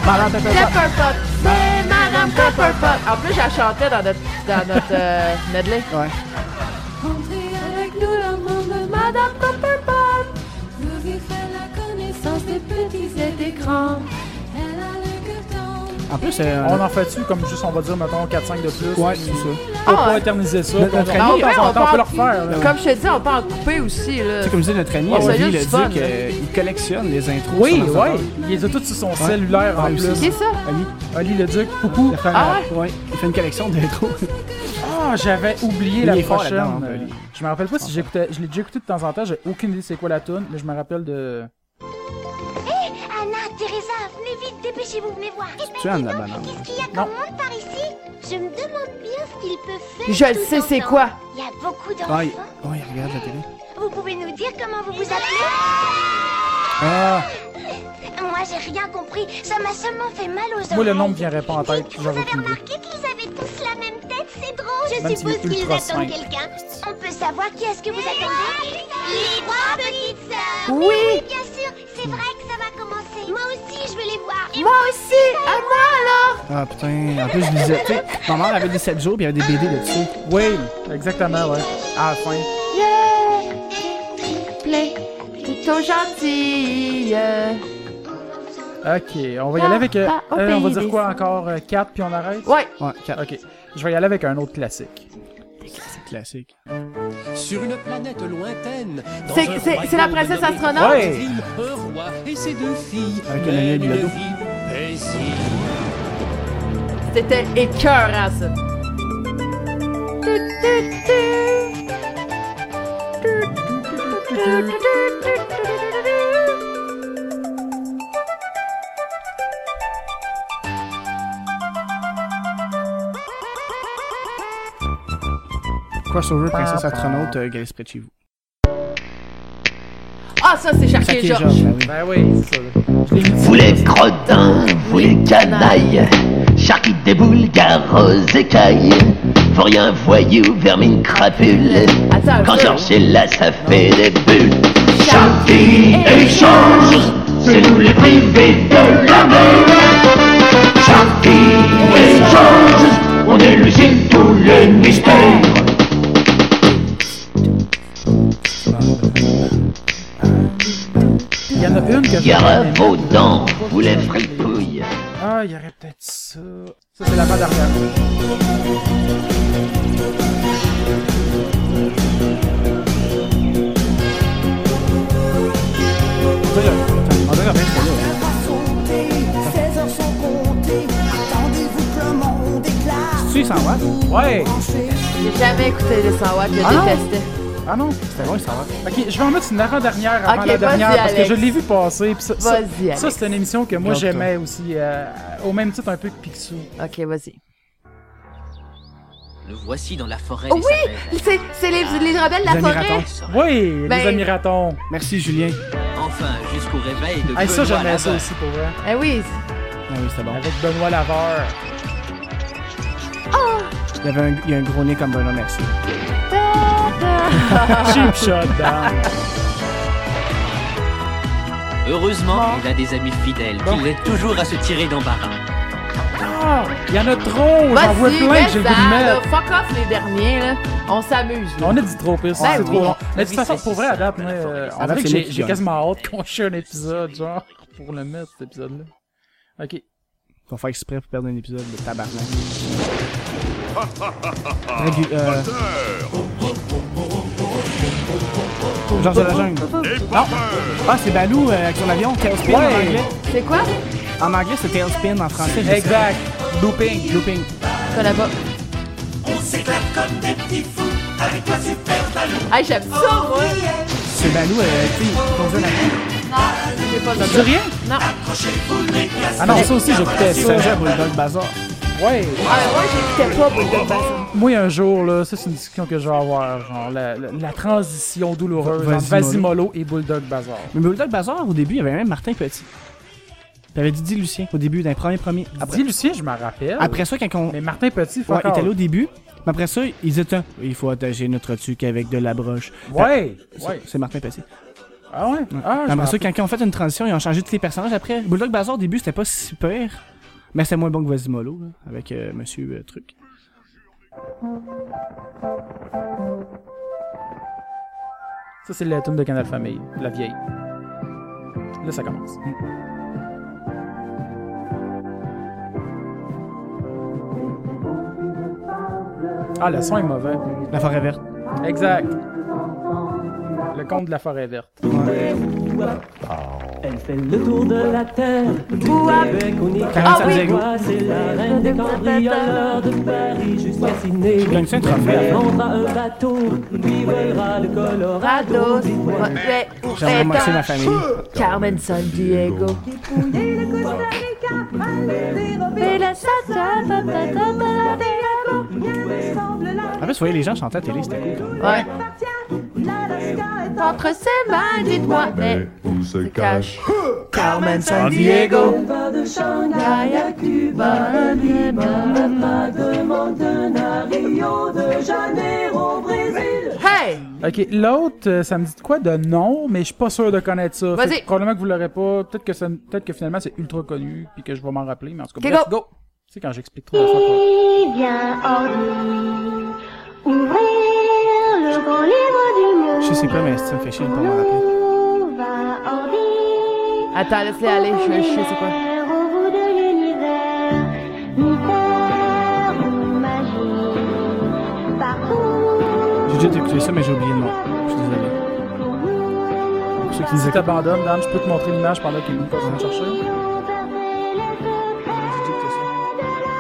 S5: Parlant de papa.
S2: Pepperpot, c'est Madame Pepperpot. En plus, je la chantais dans notre, dans notre (laughs) euh, medley.
S5: Ouais.
S2: Entrez avec nous dans le monde de Madame Pepperpot. Vous vivrez la connaissance des petits et des grands. Elle a le cœur tendre.
S5: En plus, euh,
S1: On en fait-tu, comme juste, on va dire, mettons, 4-5 de plus?
S5: Ouais, c'est ça.
S1: Pas pour
S2: Ah, ouais.
S1: éterniser ça.
S5: Notre-
S1: puis on-
S5: notre
S1: on
S5: ami,
S1: peut-
S2: Ben, on
S1: on peut
S2: part-
S1: le refaire. là.
S2: Comme je te dis, on peut en couper aussi. Là.
S5: Tu sais, comme disait notre ami,
S2: Ouais, ça a
S5: Olivier
S2: juste
S5: le
S2: du fun,
S5: dit
S2: là.
S5: qu'il collectionne les intros.
S1: Oui,
S5: sur nos
S1: oui.
S5: albums.
S1: Il les a tous sur son cellulaire en
S5: Ouais, Ah,
S1: plus.
S5: aussi.
S2: C'est ça?
S5: Oli,
S1: Oli le Duc, coucou.
S5: il fait,
S2: Ah
S5: euh, ouais, il fait une collection d'intros.
S1: Ah, j'avais oublié
S5: Il
S1: la
S5: est fort
S1: prochaine.
S5: là-dedans, hein,
S1: euh,
S5: Oli.
S1: je me rappelle pas si j'écoutais. Je l'ai déjà écouté de temps en temps, j'ai aucune idée c'est quoi la tune, mais je me rappelle de.
S9: Anna, Teresa, venez vite, dépêchez-vous, venez voir.
S5: Tu as de la banane.
S9: Qu'est-ce qu'il y a
S1: Non.
S9: comme monde par ici Je me demande bien ce qu'il peut faire.
S2: Je le
S9: tout
S2: sais,
S9: en
S2: c'est
S9: temps.
S2: quoi?
S9: Il y a beaucoup
S5: Ah, il...
S9: d'enfants.
S5: oh, il regarde la télé.
S9: Vous pouvez nous dire comment vous vous appelez
S5: Ah,
S9: Moi,
S12: j'ai rien compris. Ça m'a seulement fait mal aux oreilles.
S13: Moi, le nom me vient répondre en tête. J'avais aucune idée.
S12: Remarquez qu'ils avaient tous la même tête, c'est drôle. Je
S13: Même s'il est
S12: suppose qu'ils
S13: ultra
S12: attendent
S13: simple.
S12: quelqu'un. On peut savoir qui est-ce que vous attendez Les trois petites sœurs.
S8: Oui.
S12: Mais bien sûr. C'est vrai que ça va commencer. Moi aussi, je vais les voir. Et
S8: Moi aussi, à moi alors
S5: Ah putain, en plus je lisais. tu sais, ma mère avait des 7 jours puis il y avait des BD là-dessus.
S13: Oui, exactement, ouais. À
S1: Ah,
S13: la fin.
S8: Yeah Play, plutôt gentille.
S1: Ok, on va y aller avec. euh,
S8: Ah,
S1: euh, on
S8: au
S1: va
S8: pays
S1: dire
S8: des
S1: quoi encore 4 puis on arrête
S8: Ouais.
S5: Ouais, 4.
S1: Ah, Ok. Je vais y aller avec un autre classique.
S5: Classique.
S4: Sur une planète lointaine. dans
S2: C'est-
S4: un
S2: c'est-
S4: royaume
S2: c'est la princesse
S4: nommé Rose,
S2: astronaute? Ouais.
S4: il, Un roi et ses deux filles.
S5: Avec
S4: mènent
S5: un ami à
S4: une
S5: Bilodeau.
S4: vie paisible.
S2: C'était écœurant, ça.
S5: Crossover, princesse astronaute, euh, Galice près de chez vous.
S2: Ah, ça, c'est Sharky et
S5: Jackie et
S2: George.
S5: Georges, ben
S1: Ben oui, c'est ça.
S14: Vous les crottins, vous les canailles, charquites des bulgares aux écailles, vous rien voyez ou vermine crapule, quand Georges est là, ça fait des bulles. Charlie et Georges, c'est nous les privés de la mer. Charlie et Georges, on élucide tous les mystères.
S1: Il y en a une que je.
S14: Gare à vos dents, vous les fripouilles.
S1: Ah, il y aurait peut-être ça. Ça, c'est l'avant-dernière.
S5: On dirait bien que là.
S7: Sauter, 16 heures sont comptées. Attendez-vous que le monde éclate.
S5: Tu sais, 100 watts?
S1: Ouais!
S2: J'ai jamais écouté les 100 watts, je
S1: Ah non?
S2: détestais.
S1: Ah non? C'était loin, ça va. Ok, je vais en mettre une avant-dernière avant
S2: Ok,
S1: la dernière
S2: vas-y,
S1: parce
S2: Alex.
S1: que je l'ai vu passer. puis ça, ça,
S2: Vas-y, Alex.
S1: ça, c'est une émission que moi
S2: Garde-toi.
S1: j'aimais aussi, euh, au même titre un peu que Picsou.
S2: Ok, vas-y.
S15: Le voici dans la forêt
S2: Oh
S15: des
S2: oui! C'est- C'est les, les rebelles de la forêt!
S1: Oui,
S2: Ben-
S1: les Amiratons.
S5: Merci Julien.
S15: sapins. Enfin, jusqu'au réveil de
S1: Hey, Ah, ça,
S15: Benoît
S1: j'aimais ça
S15: Laveur.
S1: aussi pour vrai.
S2: Eh oui!
S5: Ah oui, c'était bon.
S1: Avec Benoît Laveur.
S5: Il y avait un, il y a un gros nez comme Bruno Merci.
S2: Ah.
S1: Cheap shot hein.
S2: (laughs)
S1: down.
S15: Heureusement, il a des amis fidèles qui l'aident toujours à se tirer d'embarras.
S1: Ah! Il y en a trop! J'en vois
S2: Vas-y,
S1: plein que j'ai le goût de
S2: mets ça, là.
S1: mettre.
S2: Fuck off les derniers, là. On s'amuse, là.
S1: On a dit trop pire,
S2: Ben
S1: c'est
S2: oui.
S1: trop long. Mais de toute façon, pour vrai, à date, moi, euh, on
S5: À date,
S1: dirait que
S5: c'est
S1: j'ai-
S5: nous qui
S1: j'ai
S5: gagnons.
S1: quasiment hâte qu'on chie un épisode, genre, pour le mettre, cet épisode-là. Ok.
S5: Ils vont faire exprès pour perdre un épisode de tabarnak.
S7: Régul- euh,
S5: Georges de la jungle. Non. Ah, c'est Balou euh, avec son avion, Tailspin en
S2: Ouais.
S5: anglais.
S2: C'est quoi?
S5: En anglais, c'est Tailspin, en français, je sais
S1: Exact.
S5: pas. Looping. Looping.
S2: Ça là-bas.
S7: On s'éclate comme des petits fous avec la super talou.
S2: Hey, j'aime ça, moi!
S5: C'est Balou, euh, tu sais, il conduit un avion.
S2: J'ai pas
S1: Ça te dit rien?
S2: Non.
S1: Ah non, ça aussi, j'écoutais
S5: C'est
S1: ça.
S5: un jeu à Bulldog Bazaar.
S1: Ouais!
S2: Ah, moi, j'écoutais pas Bulldog Bazaar.
S1: Moi, un jour, là, ça, c'est une discussion que je vais avoir, genre, la, la- la transition douloureuse
S5: Va-
S1: entre
S5: Vasimolo.
S1: Vasimolo et Bulldog Bazaar.
S5: Mais Bulldog Bazaar, au début, il y avait même Martin Petit. T'avais dit Didier Lucien au début, d'un premier premier.
S1: Dis, Lucien, je m'en rappelle.
S5: Après ça, quand on.
S1: Mais Martin Petit,
S5: Ouais,
S1: fuck
S5: il
S1: all.
S5: était allé au début. Mais après ça, ils étaient. Il faut attacher notre truc avec de la broche.
S1: Ouais,
S5: Fait-
S1: ouais.
S5: C'est Martin Petit.
S1: Ah ouais? Ah, je m'en
S5: après ça,
S1: rappelle.
S5: quand ils ont fait une transition, ils ont changé tous les personnages après. Bulldog Bazaar, au début, c'était pas super. Mais c'était moins bon que Vasimolo, là, avec euh, Monsieur euh, Truc.
S1: Ça, c'est la tune de Canal Famille, la vieille. Là, ça commence. Ah, le son est mauvais.
S5: La forêt verte.
S1: Exact. Le conte de la forêt verte.
S7: Elle fait le tour de la terre. Du Québec au Nicaragua,
S1: Ah oui.
S7: c'est la reine des cambrioleurs de Paris jusqu'à Sydney.
S5: gagne ça un trophée,
S7: Elle
S5: hein.
S7: monte à un bateau, lui volera le Colorado.
S2: Ouais,
S5: J'ai remercié ma famille.
S2: Carmen San Diego.
S5: En fait, vous voyez, les gens chantaient à la télé, c'était cool.
S2: Ouais. Entre ses mains, dites-moi. Eh, Mais
S16: où se cache
S17: Carmen, San Diego.
S18: Va de Shanghai à Cuba, à Lima, à Madrid, à Rio de Janeiro, Brésil.
S2: Hey!
S1: Ok, l'autre, euh, ça me dit de quoi de nom, mais je suis pas sûr de connaître ça.
S2: Vas-y.
S1: Fait que Probablement que vous l'aurez pas. Peut-être que, ça- peut-être que finalement c'est ultra connu puis que je vais m'en rappeler, mais en tout cas,
S8: Ok,
S1: bref,
S8: go.
S1: go! Tu sais, quand j'explique trop d'affaires, quoi.
S8: Viens en nous ouvrir le grand livre du monde.
S5: Je sais pas, mais ça me fait chier de pas me rappeler.
S8: On va en dire.
S2: Attends, laisse-les aller, je- je sais c'est quoi.
S8: Au bout de l'univers, mystère ou magie. Partout,
S5: J'ai déjà écouté ça, mais j'ai oublié le nom. Je suis désolé.
S1: Pour ceux qui disent t'abandonnent, Dan, je peux te montrer l'image pendant qu'il nous passe à chercher.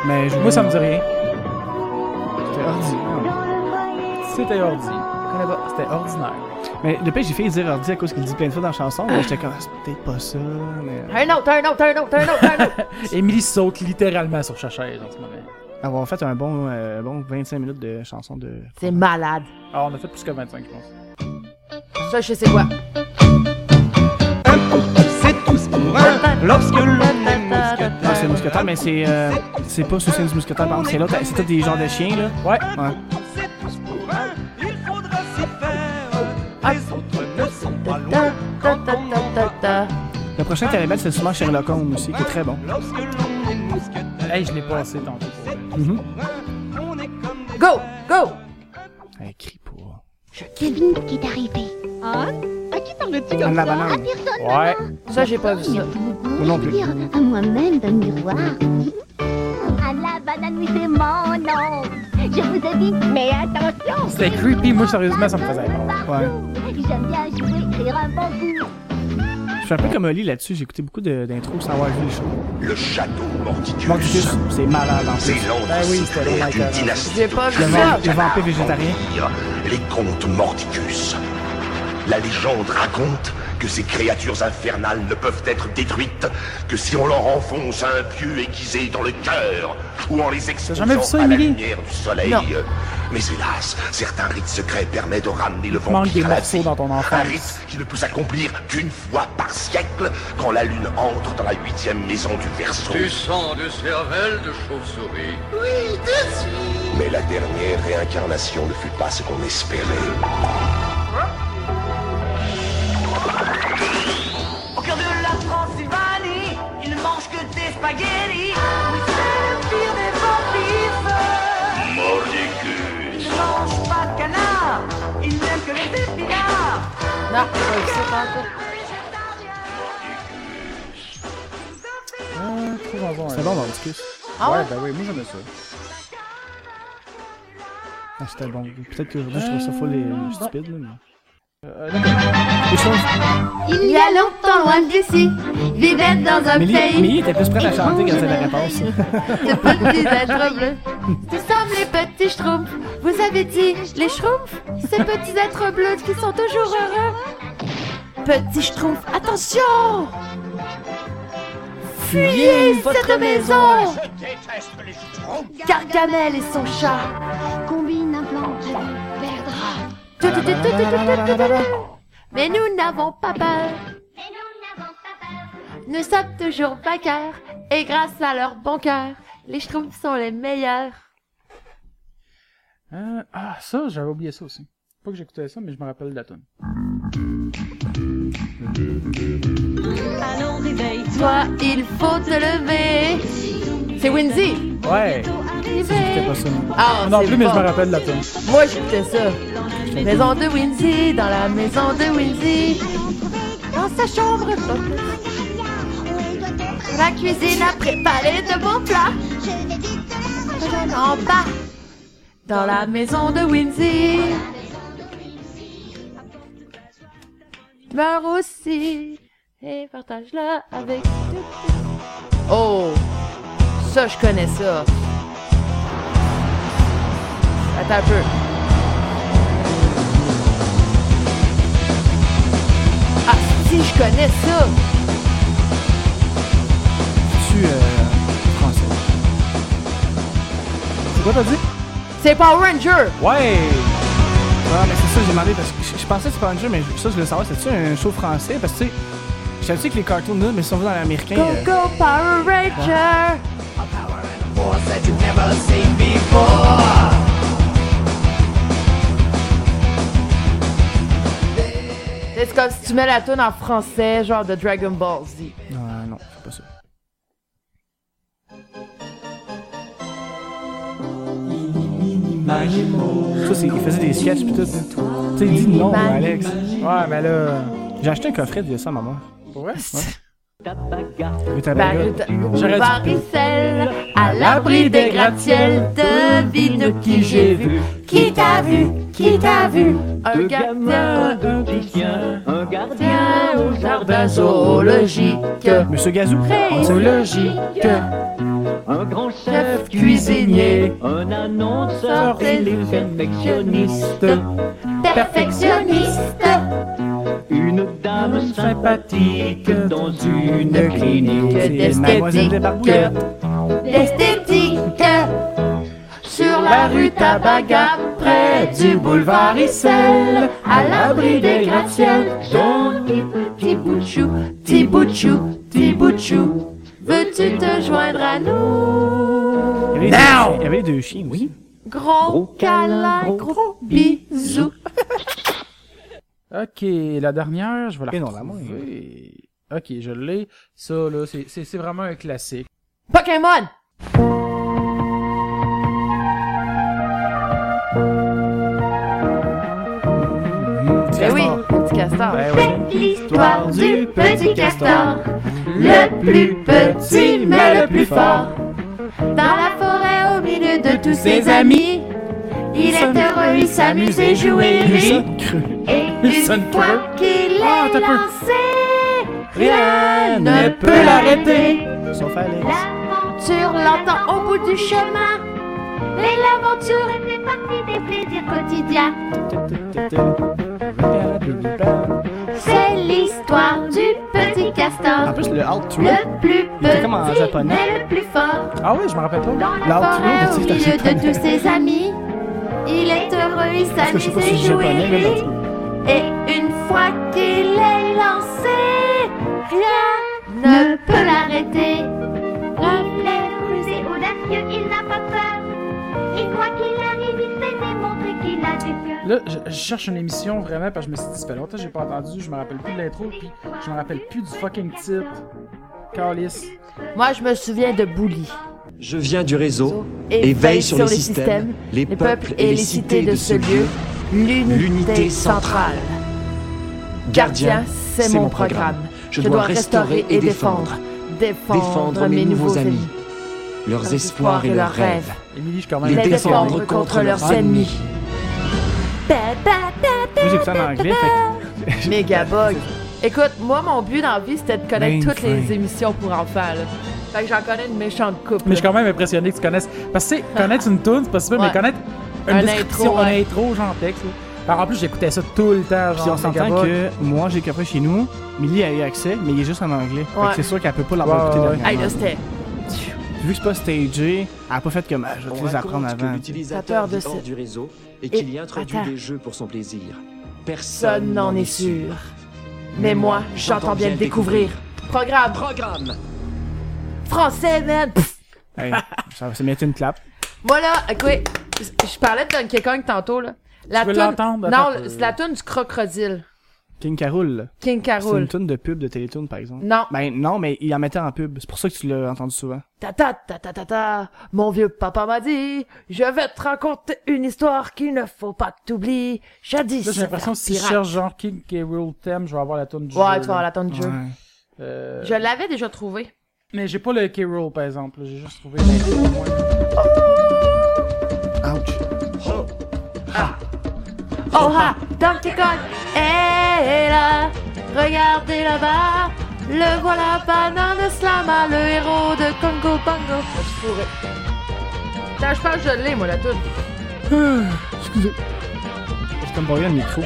S5: Mais
S1: Moi, ça me dit rien.
S5: C'était ordi.
S1: C'était ordi. C'était ordinaire.
S5: Mais depuis, j'ai fait dire ordi à cause qu'il le dit plein de fois dans la chanson. mais J'étais comme, Ah, c'est peut-être pas ça, mais.
S2: Un autre, un autre, un autre, un autre, un autre.
S1: Émilie saute littéralement sur sa chaise en ce moment.
S5: Avoir fait un bon, euh, bon 25 minutes de chanson de.
S2: (laughs) C'est malade.
S1: Ah, on a fait plus que 25, je pense.
S2: Ça, je sais quoi.
S5: Lorsque l'on est mousquetaire. Ah, c'est mousquetaire, mais c'est. euh, c'est pas Soussine du mousquetaire, par contre, c'est l'autre. C'est tous des genres de chiens, là.
S1: Ouais.
S5: Ouais.
S2: Ah. Ta, ta, ta, ta, ta, ta.
S5: Le prochain que t'allais mettre, c'est sûrement Sherlock Holmes aussi, qui est très bon.
S1: Hey, je l'ai passé tantôt.
S5: Mhm.
S2: Go, go!
S5: Elle crie pas.
S8: je devine ce qui est arrivé. Hein? À qui parles-tu
S5: Anne
S8: comme
S5: la
S8: ça?
S5: banane.
S8: À personne.
S5: Ouais.
S2: Ça, j'ai pas vu ça.
S5: Moi non plus.
S8: Dire à moi-même dans le miroir. À la banane, oui, c'est mon nom. Je vous ai dit, mais attention.
S1: C'était creepy, moi sérieusement ça me faisait peur.
S5: Ouais.
S8: J'aime bien jouer, écrire un bon coup.
S5: Je suis un peu comme Oli là-dessus, j'ai écouté beaucoup de- d'intros sans avoir vu le show.
S7: Le château Mortitus.
S5: Mortitus, c'est malade en
S7: C'est
S5: plus.
S7: l'ange
S2: Ah
S5: Ben oui, c'était
S7: disciplé
S5: Lord
S7: d'une
S5: Michael.
S7: dynastie.
S2: J'ai pas vu
S5: Le
S2: ça.
S5: vamp- le vampire végétarien.
S7: hein, Les contes Morticus. La légende raconte que ces créatures infernales ne peuvent être détruites que si on leur enfonce un pieu aiguisé dans le cœur ou en les exposant
S1: jamais vu ça,
S7: à la
S1: Émilie?
S7: lumière du soleil.
S1: Non.
S7: Mais hélas, certains rites secrets permettent de ramener le
S1: Manque des
S7: vampire à la
S1: morceaux dans ton
S7: un
S1: enfance.
S7: rite qui ne peut s'accomplir qu'une fois par siècle quand la lune entre dans la huitième maison du Verseau.
S19: Du sang de cervelle de chauve-souris.
S7: Oui, Mais la dernière réincarnation ne fut pas ce qu'on espérait.
S17: Au cœur de la Transylvanie, il ne mange que des spaghettis. Ah, Oui, c'est le pire des vampires. Il ne mange pas de canard, il n'aime que les épinards.
S2: Non, je sais pas encore.
S5: C'est bon, Morticus.
S2: Ah ouais?
S5: ben oui, moi j'aimais ça. Ah, c'était bon. Peut-être que moi je trouve ça full et euh, stupide, là, mais.
S8: Euh,
S5: Euh, Des choses.
S9: Il y a longtemps, loin d'ici, vivait dans
S5: (laughs)
S9: un
S5: Millie,
S9: pays.
S5: Millie était plus prête à chanter quand c'est la réponse.
S9: petits êtres bleus. Nous sommes les petits schtroumpfs. Vous avez dit les schtroumpfs Ces petits êtres bleus qui sont toujours heureux. Petits schtroumpfs, attention Fuyez cette maison Gargamel et son chat combinent un plan qui perdra. Mais nous n'avons pas peur. Nous sommes toujours vainqueurs et grâce à leur bon cœur, les schtroumpfs sont les meilleurs.
S1: Euh, ah, ça, j'avais oublié ça aussi. Pas que j'écoutais ça, mais je me rappelle de la tune.
S9: Allons, réveille-toi, il faut te lever. C'est Winzy.
S1: Ouais!
S9: Arrivé.
S1: ça.
S2: Ah,
S1: non
S2: c'est
S1: plus, mais
S2: bon.
S1: je me rappelle de la tune.
S2: Moi, j'écoutais ça. Maison de Windsy, dans la maison de Windsy.
S9: Dans sa chambre, la cuisine a préparé de bons plats. En bas,
S2: Dans la maison de Windsy.
S9: meurs aussi. Et partage-la avec
S2: Oh! Ça, je connais ça. Attends un peu. Ah, si, je connais ça!
S5: Tu, euh. français. C'est quoi t'as dit?
S2: C'est Power Ranger!
S5: Ouais! ben, Ah, mais c'est ça, j'ai demandé parce que je, je pensais que c'était pas un jeu, mais je- ça, je voulais savoir, c'est-tu un show français? Parce que, tu sais, Je sais que les cartoons, là, mais sont dans l'américain.
S8: Go,
S5: euh,
S8: go, Power Ranger!
S4: force that you've never seen before.
S2: C'est comme si tu mets la tune en français, genre de Dragon Ball Z.
S5: Non, non, c'est pas ça. Ça, c'est, il faisait des sketchs pis tout. là. Tu sais, il dit non, Alex. Ouais, mais là. J'ai acheté un coffret de ça, maman. Ouais?
S8: Ben Barut-
S5: J'aurais dû-
S8: Varicelle, à l'abri des gratte-ciels, devine qui j'ai vu. Qui t'a vu? Qui t'a vu? Un gardien, un gardien, un gardien au jardin zoologique.
S5: Monsieur Gazou.
S8: Zoologique.
S4: Un grand
S8: Chef cuisinier,
S4: un annonceur
S8: Sort et les
S4: perfectionniste,
S8: perfectionniste.
S4: une dame sympathique dans une clinique
S8: Mademoiselle
S4: d'esthétique.
S8: L'esthétique sur la rue Tabaga, près du boulevard Issel, à l'abri des gratte-ciels. Joli petit bout de chou, petit bout de chou, petit bout de chou. Veux-tu te joindre à nous?
S5: Il y avait les deux chiens- Il y avait les deux chiens, oui.
S8: Gros câlin, gros bisou.
S1: Ok, la dernière, je vais la
S5: Et non, la
S1: retrouver. Ok, je l'ai. Ça, là, c'est- c'est c'est vraiment un classique.
S2: Pokémon! Ben oui, petit castor.
S8: L'histoire du petit castor, le plus petit mais le plus fort. Dans la forêt au milieu de tous ses amis, il est heureux, il s'amuse et joue et rit. Et une fois qu'il est lancé, Ah, rien ne peut l'arrêter.
S5: Sauf Alex.
S8: L'aventure l'entend au bout du chemin. Et l'aventure fait partie des plaisirs quotidiens. C'est l'histoire du petit castor.
S5: En plus, le outro.
S8: Le plus
S5: Il était comme en
S8: petit,
S5: japonais.
S8: mais le plus fort.
S1: Ah ouais, je me rappelle pas.
S8: Dans la forêt au milieu de tous ses amis, il est heureux, il
S5: Parce que je sais
S8: s'amuse
S5: pas
S8: et
S5: si c'est
S8: joue
S5: japonais, mais
S8: et rit.
S5: l'outro.
S8: Et une fois qu'il est lancé, rien
S5: Hein
S8: ne peut l'arrêter. Il est rusé, audacieux, il n'a pas peur. Il croit qu'il arrive, il sait démontrer qu'il a du cœur.
S1: Là, je, je cherche une émission vraiment parce que je me suis dit, ça fait longtemps que j'ai pas entendu, je me rappelle plus de l'intro, puis je me rappelle plus du fucking titre. Calice.
S2: Moi, je me souviens de Bully.
S20: Je viens du réseau et veille sur les systèmes, les peuples et les cités de ce lieu.
S2: L'unité centrale.
S20: Gardien,
S2: c'est mon programme. Je dois restaurer et défendre. Défendre mes nouveaux amis.
S20: leurs espoirs et leurs rêves.
S1: Émilie, je commence
S20: Les défendre contre leurs ennemis.
S5: Moi, j'ai ça en anglais, fait Ben,
S2: Mégabug. Écoute, moi, mon but dans la vie, c'était de connaître toutes les
S1: Mainframe.
S2: émissions pour enfants. Là. Fait que j'en connais une méchante coupe.
S1: Mais je suis quand même impressionné que tu connaisses. Parce que, tu sais, connaître une tune, c'est pas super,
S2: Ouais.
S1: mais connaître une
S2: Un
S1: description,
S2: intro, ouais.
S1: un intro, genre texte. là. Alors, en plus, j'écoutais ça tout le temps,
S5: que-
S1: genre.
S5: Puis on s'entend
S1: Megabox.
S5: que moi, j'ai le coffret chez nous. Millie a eu accès, mais il est juste en anglais. Fait que
S2: Ouais.
S5: c'est sûr qu'elle peut pas l'avoir écouté dernièrement.
S2: Hey, là, c'était.
S5: Vu que c'est pas stagé, elle a pas fait comme Ah, je vais te les apprendre avant.
S20: L'utilisateur
S2: de
S20: vit hors
S2: ça.
S20: du réseau
S2: Et-
S20: et qu'il y introduit
S2: attends.
S20: des jeux pour son plaisir.
S2: Personne n'en est sûr. Mais moi, j'entends bien le découvrir. Programme.
S20: Programme.
S2: Français, man. Pff.
S5: Hey, ça ça mérite une clap.
S2: Moi, là, écoute, je parlais de Donkey Kong tantôt, là. La
S5: Tu veux
S2: toune-
S5: l'entendre? Attends
S2: Non,
S5: un peu.
S2: c'est la tune du crocodile.
S5: King Carol. là.
S2: King
S5: C'est
S2: Carol.
S5: une tune de pub de Télétoon, par exemple.
S2: Non.
S5: Ben non, mais il en mettait en pub. C'est pour ça que tu l'as entendu souvent.
S2: Ta ta ta ta ta ta, mon vieux papa m'a dit, je vais te raconter une histoire qu'il ne faut pas que t'oublies. Jadis.
S1: Là, j'ai l'impression que si je
S2: pirate.
S1: cherche genre King K. Rule Theme, je vais avoir la tune du
S2: Ouais,
S1: jeu.
S2: tu vas avoir la tune du jeu. Ouais.
S1: Euh,
S2: Je l'avais déjà trouvé.
S1: Mais j'ai pas le K. Rule par exemple, là, j'ai juste trouvé l'intro.
S20: Ouch!
S8: Oh ha, Donkey Kong est là. Regardez là-bas, le voilà Banane Slama, le héros de Congo Bongo.
S2: Je pourrais. Attends, je pense que je l'ai, moi, la toune.
S5: Excusez. Je t'aime pas bien le micro.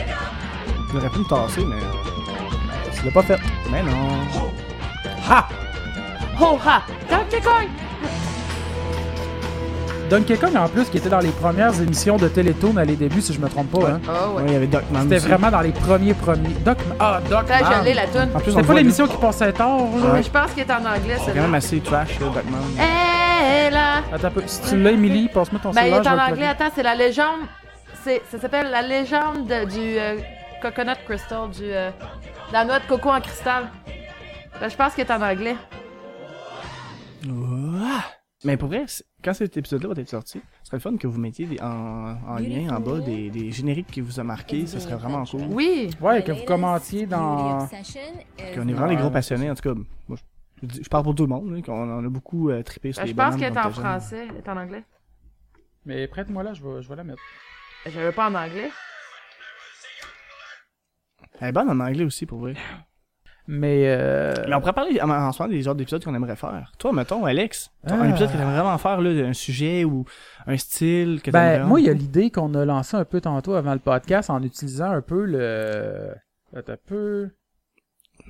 S5: J'aurais pu me tasser, mais. Tu l'as pas fait. Mais non.
S2: Ha! Oh ha! Donkey Kong!
S1: Donkey Kong, en plus, qui était dans les premières émissions de Télétoon à les débuts, si je me trompe pas. hein.
S2: Ah.
S5: il y avait Duckman
S1: C'était
S5: aussi.
S1: vraiment dans les premiers premiers. Doc... Ah, Doc.
S2: Putain, je l'ai, la toune. En plus, on
S1: C'était
S2: le
S1: pas
S2: voit,
S1: l'émission qui passait tard. là.
S2: Mais je pense qu'il est en anglais,
S5: C'est quand même
S2: celle-là.
S5: assez trash, là, Duckman.
S2: Hé là!
S1: Attends un peu. Si tu l'as, Emily, passe-moi ton
S2: Ben, il
S1: cellulaire.
S2: est en
S1: je vais te
S2: anglais. Attends, c'est la légende. c'est- Ça s'appelle la légende de- du euh, coconut crystal, du, euh, de la noix de coco en cristal. Ben, je pense qu'il est en anglais.
S5: Ouah. Mais pour vrai, c'est- quand cet épisode-là va être sorti, ce serait le fun que vous mettiez des- en, en lien en bas des, des génériques qui vous a marqué. Ce serait vraiment cool.
S2: Oui! Ben,
S1: Ouais, que vous commentiez dans.
S5: Qu'on est vraiment des gros passionnés, en tout cas. Moi, je, je dis- je parle pour tout le monde, là, qu'on en a beaucoup euh, trippé sur
S2: Ben,
S5: les
S2: je pense
S5: bonhommes
S2: qu'il est
S5: quand
S2: en
S5: on était
S2: français. Il est en anglais.
S1: Mais prête-moi là, je vais, je vais la mettre.
S2: Ben, Je veux pas en anglais.
S5: jeune. Elle est bonne en anglais aussi, pour vrai.
S1: Euh. Mais, euh,
S5: Mais on pourrait parler en, en ce moment des genres d'épisodes qu'on aimerait faire. Toi, mettons, Alex, ton- un
S1: Ah.
S5: épisode que t'aimerais vraiment faire, là, un sujet ou un style que t'aimerais
S1: Ben, moi, il y a
S5: vraiment-
S1: l'idée qu'on a lancée un peu tantôt avant le podcast en utilisant un peu le. Attends un peu.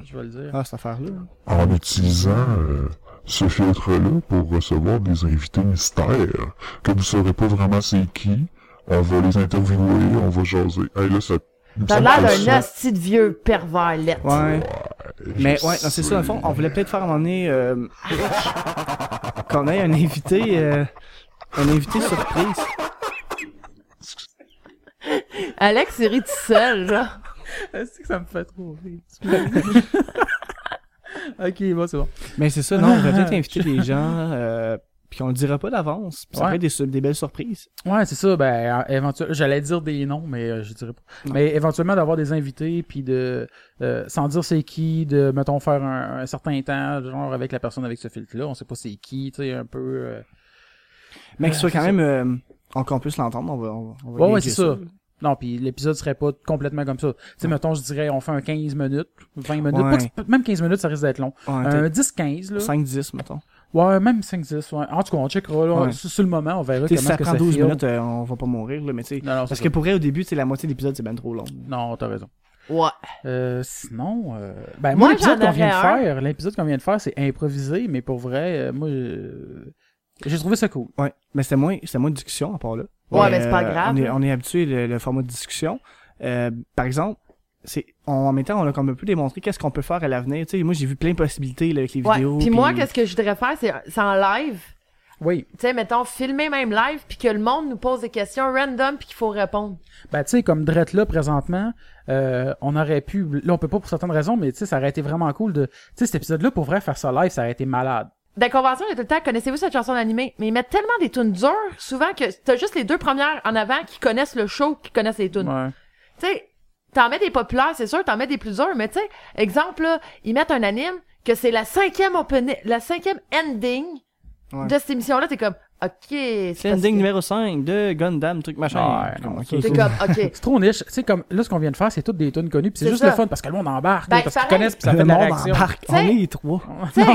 S1: Je vais le dire.
S5: Ah, cette affaire-là.
S11: en utilisant euh, ce filtre-là pour recevoir des invités mystères que vous saurez pas vraiment c'est qui. On va les interviewer, on va jaser. Hey, là, ça... il me
S2: T'as
S11: semble
S2: l'air
S11: que
S2: d'un
S11: ça-
S2: hostie de vieux pervers lettre.
S5: Ouais. Mais
S11: je
S5: ouais, non, c'est ça, dans le fond,
S11: sais.
S5: on voulait peut-être faire à un moment donné euh, qu'on ait un invité, euh, un invité surprise.
S2: Alex, il rit tout seul, genre.
S1: (laughs) Est-ce que ça me fait trop (laughs) rire? ok, bon, c'est bon.
S5: Mais c'est ça, non, on va peut-être inviter des gens, euh, puis on le dira pas d'avance, puis ça
S1: Ouais.
S5: peut être des, su- des belles surprises.
S1: Ouais, c'est ça. Ben, euh, éventuellement, j'allais dire des noms, mais euh, je dirais pas. Mais éventuellement d'avoir des invités, puis de, euh, sans dire c'est qui, de mettons faire un, un certain temps, genre avec la personne avec ce filtre-là, on sait pas c'est qui, tu sais, un peu. euh,
S5: Mais que ce soit
S1: euh,
S5: quand même, euh, on- qu'on puisse l'entendre, on va, on, on va
S1: Ouais, ouais,
S5: gager
S1: c'est ça. Non, puis l'épisode serait pas complètement comme ça. Tu sais, mettons, je dirais, on fait un 15 minutes, 20 minutes.
S5: Ouais.
S1: Pas que c'est- même 15 minutes, ça risque d'être long.
S5: Ouais,
S1: un
S5: peut-être
S1: 10-15, là.
S5: 5-10, mettons.
S1: Ouais, même 5-10. ouais. En tout cas, on checkera. Là,
S5: Ouais.
S1: sur, sur le moment, on verra
S5: T'sais,
S1: comment
S5: si ça
S1: que
S5: prend
S1: ça
S5: 12
S1: file.
S5: minutes, euh, on va pas mourir, là, mais tu sais.
S1: non,
S5: Parce
S1: c'est
S5: que
S1: ça.
S5: pour vrai, au début, tu sais, la moitié de l'épisode, c'est bien trop long.
S1: Non, t'as raison.
S2: Ouais.
S1: Euh, sinon, euh, ben,
S2: Moi,
S1: moi, l'épisode
S2: j'en
S1: qu'on vient de
S2: aurais un.
S1: faire, l'épisode qu'on vient de faire, c'est improvisé, mais pour vrai, euh, moi, euh, j'ai trouvé ça cool.
S5: Ouais, mais c'était moins, c'était moins de discussion à part là. euh,
S1: Ouais,
S2: ben,
S1: mais c'est pas grave,
S5: On est,
S1: hein.
S5: on est habitué le, le format de discussion. Euh, par exemple, c'est en en même temps, on a comme un peu démontré qu'est-ce qu'on peut faire à l'avenir. Tu sais, moi j'ai vu plein de possibilités là, avec les
S2: Ouais.
S5: vidéos.
S2: Puis moi, qu'est-ce que je voudrais faire, c'est c'est en live.
S1: Oui.
S2: Tu sais, mettons, filmer même live, puis que le monde nous pose des questions random, puis qu'il faut répondre.
S1: Ben, tu sais, comme Drette là, présentement, euh, on aurait pu, là, on peut pas pour certaines raisons, mais tu sais, ça aurait été vraiment cool de, tu sais, cet épisode-là, pour vrai, faire ça live, ça aurait été malade.
S2: Dans la Ben, convention, il y a tout le temps, connaissez-vous cette chanson d'animé? Mais ils mettent tellement des tunes dures, souvent, que t'as juste les deux premières en avant qui connaissent le show, qui connaissent les tunes.
S1: Ouais.
S2: Tu sais, t'en mets des populaires, c'est sûr, t'en mets des plus durs, mais tu sais, exemple, là, ils mettent un anime que c'est la cinquième opening, la cinquième ending
S5: Ouais.
S2: de cette émission-là, t'es comme, ok, c'est
S5: C'est
S2: parce
S5: ending
S2: que-
S5: numéro 5 de Gundam, truc machin.
S1: Ouais, non,
S5: Comme,
S1: ça,
S5: ok.
S1: ça- C'est
S5: (laughs)
S1: trop niche. Tu sais, comme, là, ce qu'on vient de faire, c'est toutes des tunes connues, puis c'est
S5: C'est
S1: juste
S5: ça.
S1: le fun, parce que le monde embarque,
S5: Ben,
S1: là, parce qu'ils
S5: pareil.
S1: connaissent, puis ça
S5: Le
S1: fait de la
S5: monde
S1: réaction.
S5: embarque. On est les trois.
S1: (laughs)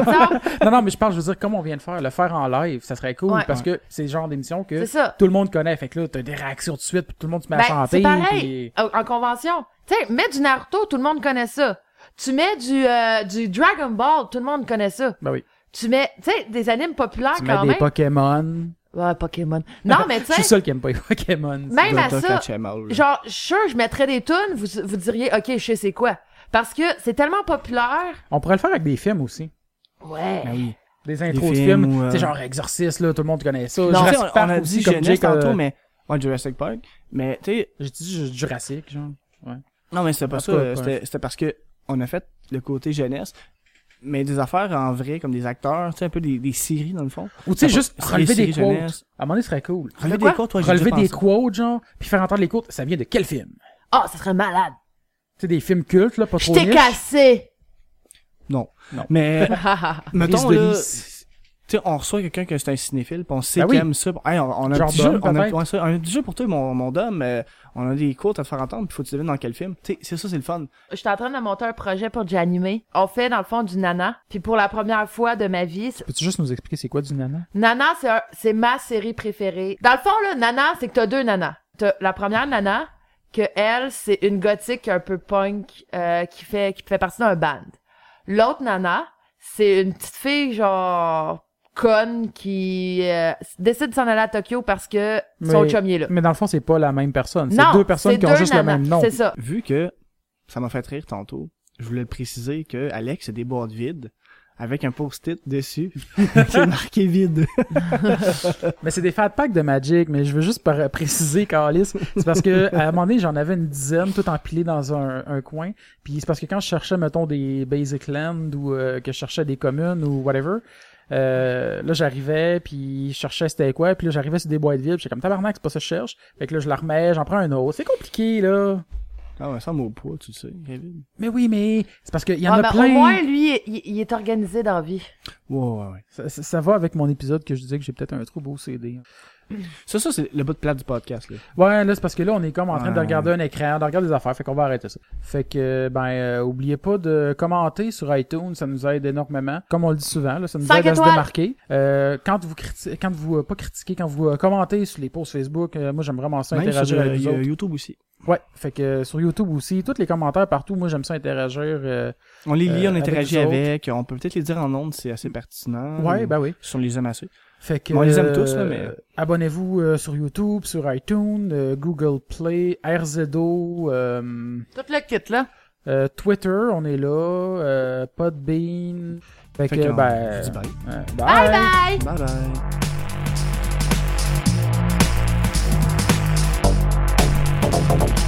S1: non, non, mais je parle, je veux dire, comme on vient de faire, le faire en live, ça serait cool,
S2: Ouais.
S1: parce
S2: Ouais.
S1: que c'est le genre d'émission que
S2: C'est ça.
S1: tout le monde connaît. Fait que là, t'as des réactions tout de suite, puis tout le monde se met à
S2: Ben,
S1: chanter.
S2: c'est
S1: puis-
S2: pareil, en en convention. Tu sais, mets du Naruto, tout le monde connaît ça. Tu mets du, euh, du Dragon Ball, tout le monde connaît ça.
S1: Ben oui.
S2: Tu mets, tu sais, des animes populaires
S1: Tu mets
S2: Ah, quand
S1: des
S2: même.
S1: Pokémon.
S2: Ouais, Pokémon.
S1: (laughs)
S2: Non, mais tu
S1: Je suis le
S2: sais, Ben-
S1: seul qui aime pas les Pokémon.
S2: même à ça, genre, je suis sûr, je mettrais des tunes, vous, vous diriez, OK, je sais c'est quoi. Parce que c'est tellement populaire.
S1: On pourrait le faire avec des films aussi. Ben
S2: Ouais.
S1: Des intros
S5: films
S1: de films.
S5: ou, euh,
S1: Tu sais, genre Exorciste, là, tout le monde connaît ça.
S5: Non,
S1: Jurassic
S5: tu sais, on-
S1: Park
S5: on a
S1: aussi,
S5: dit
S1: comme
S5: jeunesse
S1: Jake, euh,
S5: tantôt, mais. Ouais, Jurassic Park. Mais, tu sais.
S1: J'ai dit Jurassic, genre. Ouais.
S5: Non, mais c'était pas
S1: En
S5: ça.
S1: tout cas,
S5: euh,
S1: pas-
S5: C'était c'était parce que on a fait le côté jeunesse, mais des affaires en vrai, comme des acteurs, tu sais, un peu des, des séries dans le fond.
S1: Ou tu sais,
S5: Ça
S1: juste
S5: pas-
S1: relever des
S5: séries
S1: quotes.
S5: jeunesse.
S1: À un moment donné, ce serait cool.
S5: Relever
S1: De quoi?
S5: des quotes, ouais, j'ai
S1: Relever
S5: déjà
S1: des
S5: pensé.
S1: quotes, genre, puis faire entendre les quotes. Ça vient de quel film?
S2: Ah, ça serait malade.
S1: Tu sais, des films cultes, là, pas
S2: Je
S1: trop
S2: t'ai
S1: niche.
S2: cassé. (laughs)
S5: Non. Mais, (laughs) mettons,
S1: Brise de
S5: là,
S1: lisse.
S5: tu sais, on reçoit quelqu'un que c'est un cinéphile, puis on sait
S1: Ben
S5: qu'il
S1: oui.
S5: aime ça. Bon, hey, on, on a un
S1: Genre
S5: petit jeu,
S1: Dom,
S5: on a,
S1: peut-être.
S5: ouais, ça, un petit jeu pour toi, mon, mon dom. euh, on a des quotes à te faire entendre, puis faut que tu devines dans quel film. Tu sais, c'est ça, c'est le fun.
S2: J'étais en train de monter un projet pour du animé. On fait, dans le fond, du nana. Puis pour la première fois de ma vie,
S1: Peux-tu juste nous expliquer c'est quoi du nana?
S2: Nana, c'est un- c'est ma série préférée. Dans le fond, là, Nana, c'est que t'as deux nanas. T'as la première Nana, que elle, c'est une gothique un peu punk euh, qui fait qui fait partie d'un band. L'autre Nana, c'est une petite fille genre conne qui euh, décide de s'en aller à Tokyo parce que son
S1: Mais-
S2: chum il est là.
S1: Mais dans le fond, c'est pas la même personne.
S2: Non,
S1: C'est deux personnes
S2: c'est
S1: qui ont
S2: deux
S1: juste
S2: nanas,
S1: le même nom.
S2: c'est ça.
S5: Vu que ça m'a fait rire tantôt, je voulais le préciser que Alex a des boîtes vides avec un post-it dessus (laughs) qui est marqué vide.
S1: mais c'est des fat packs de Magic, mais je veux juste par- préciser, Carlis, c'est parce que à un moment donné, j'en avais une dizaine, tout empilé dans un, un coin. Puis c'est parce que quand je cherchais, mettons, des basic land ou euh, que je cherchais des communes ou whatever, euh, là j'arrivais, puis je cherchais c'était quoi, puis là j'arrivais sur des boîtes vides, puis j'étais comme tabarnak, c'est pas ça que je cherche. Fait que là je la remets, j'en prends un autre. C'est compliqué là.
S5: Ah ouais, ça m'a au poids, tu le sais, Kevin.
S1: Mais oui, mais c'est parce qu'il y en
S2: Ah,
S1: a
S2: ben,
S1: plein.
S2: Au moins, lui, il, il est organisé dans la vie.
S5: Ouais, ouais, ouais.
S1: Ça, ça- ça va avec mon épisode que je disais que j'ai peut-être un trouble au CD.
S5: Ça, ça, c'est le bout de plate du podcast, là.
S1: Ouais, là, c'est parce que là, on est comme en train de
S5: Ouais.
S1: regarder un écran, de regarder des affaires, fait qu'on va arrêter ça. Fait que, ben, euh, oubliez pas de commenter sur iTunes, ça nous aide énormément. Comme on le dit souvent, là, ça nous
S2: Cinq
S1: aide à se
S2: étoiles.
S1: démarquer. Euh, quand vous critiquez, quand vous, euh, pas critiquez, quand vous euh, commentez sur les posts Facebook, euh, moi, j'aime vraiment ça
S5: Même
S1: interagir
S5: sur, euh,
S1: avec vous
S5: y a
S1: autres.
S5: YouTube aussi.
S1: Ouais, fait que euh, sur YouTube aussi, tous les commentaires partout, moi, j'aime ça interagir. euh,
S5: On les lit,
S1: euh,
S5: on interagit
S1: vous autres.
S5: avec, on peut peut-être les dire en ondes, c'est assez pertinent.
S1: Ouais,
S5: Ou-
S1: ben oui.
S5: Si on les aime assez.
S1: Fait que,
S5: Bon, on les aime
S1: euh,
S5: tous, là, mais.
S1: Abonnez-vous euh, sur YouTube, sur iTunes, euh, Google Play, RZO, euh,
S2: Tout le kit, là.
S1: euh, Twitter, on est là, euh, Podbean. Fait,
S5: Fait
S1: que,
S5: qu'on
S1: ben,
S5: vous dit bye.
S1: euh,
S2: bye!
S5: Bye bye!
S7: Bye.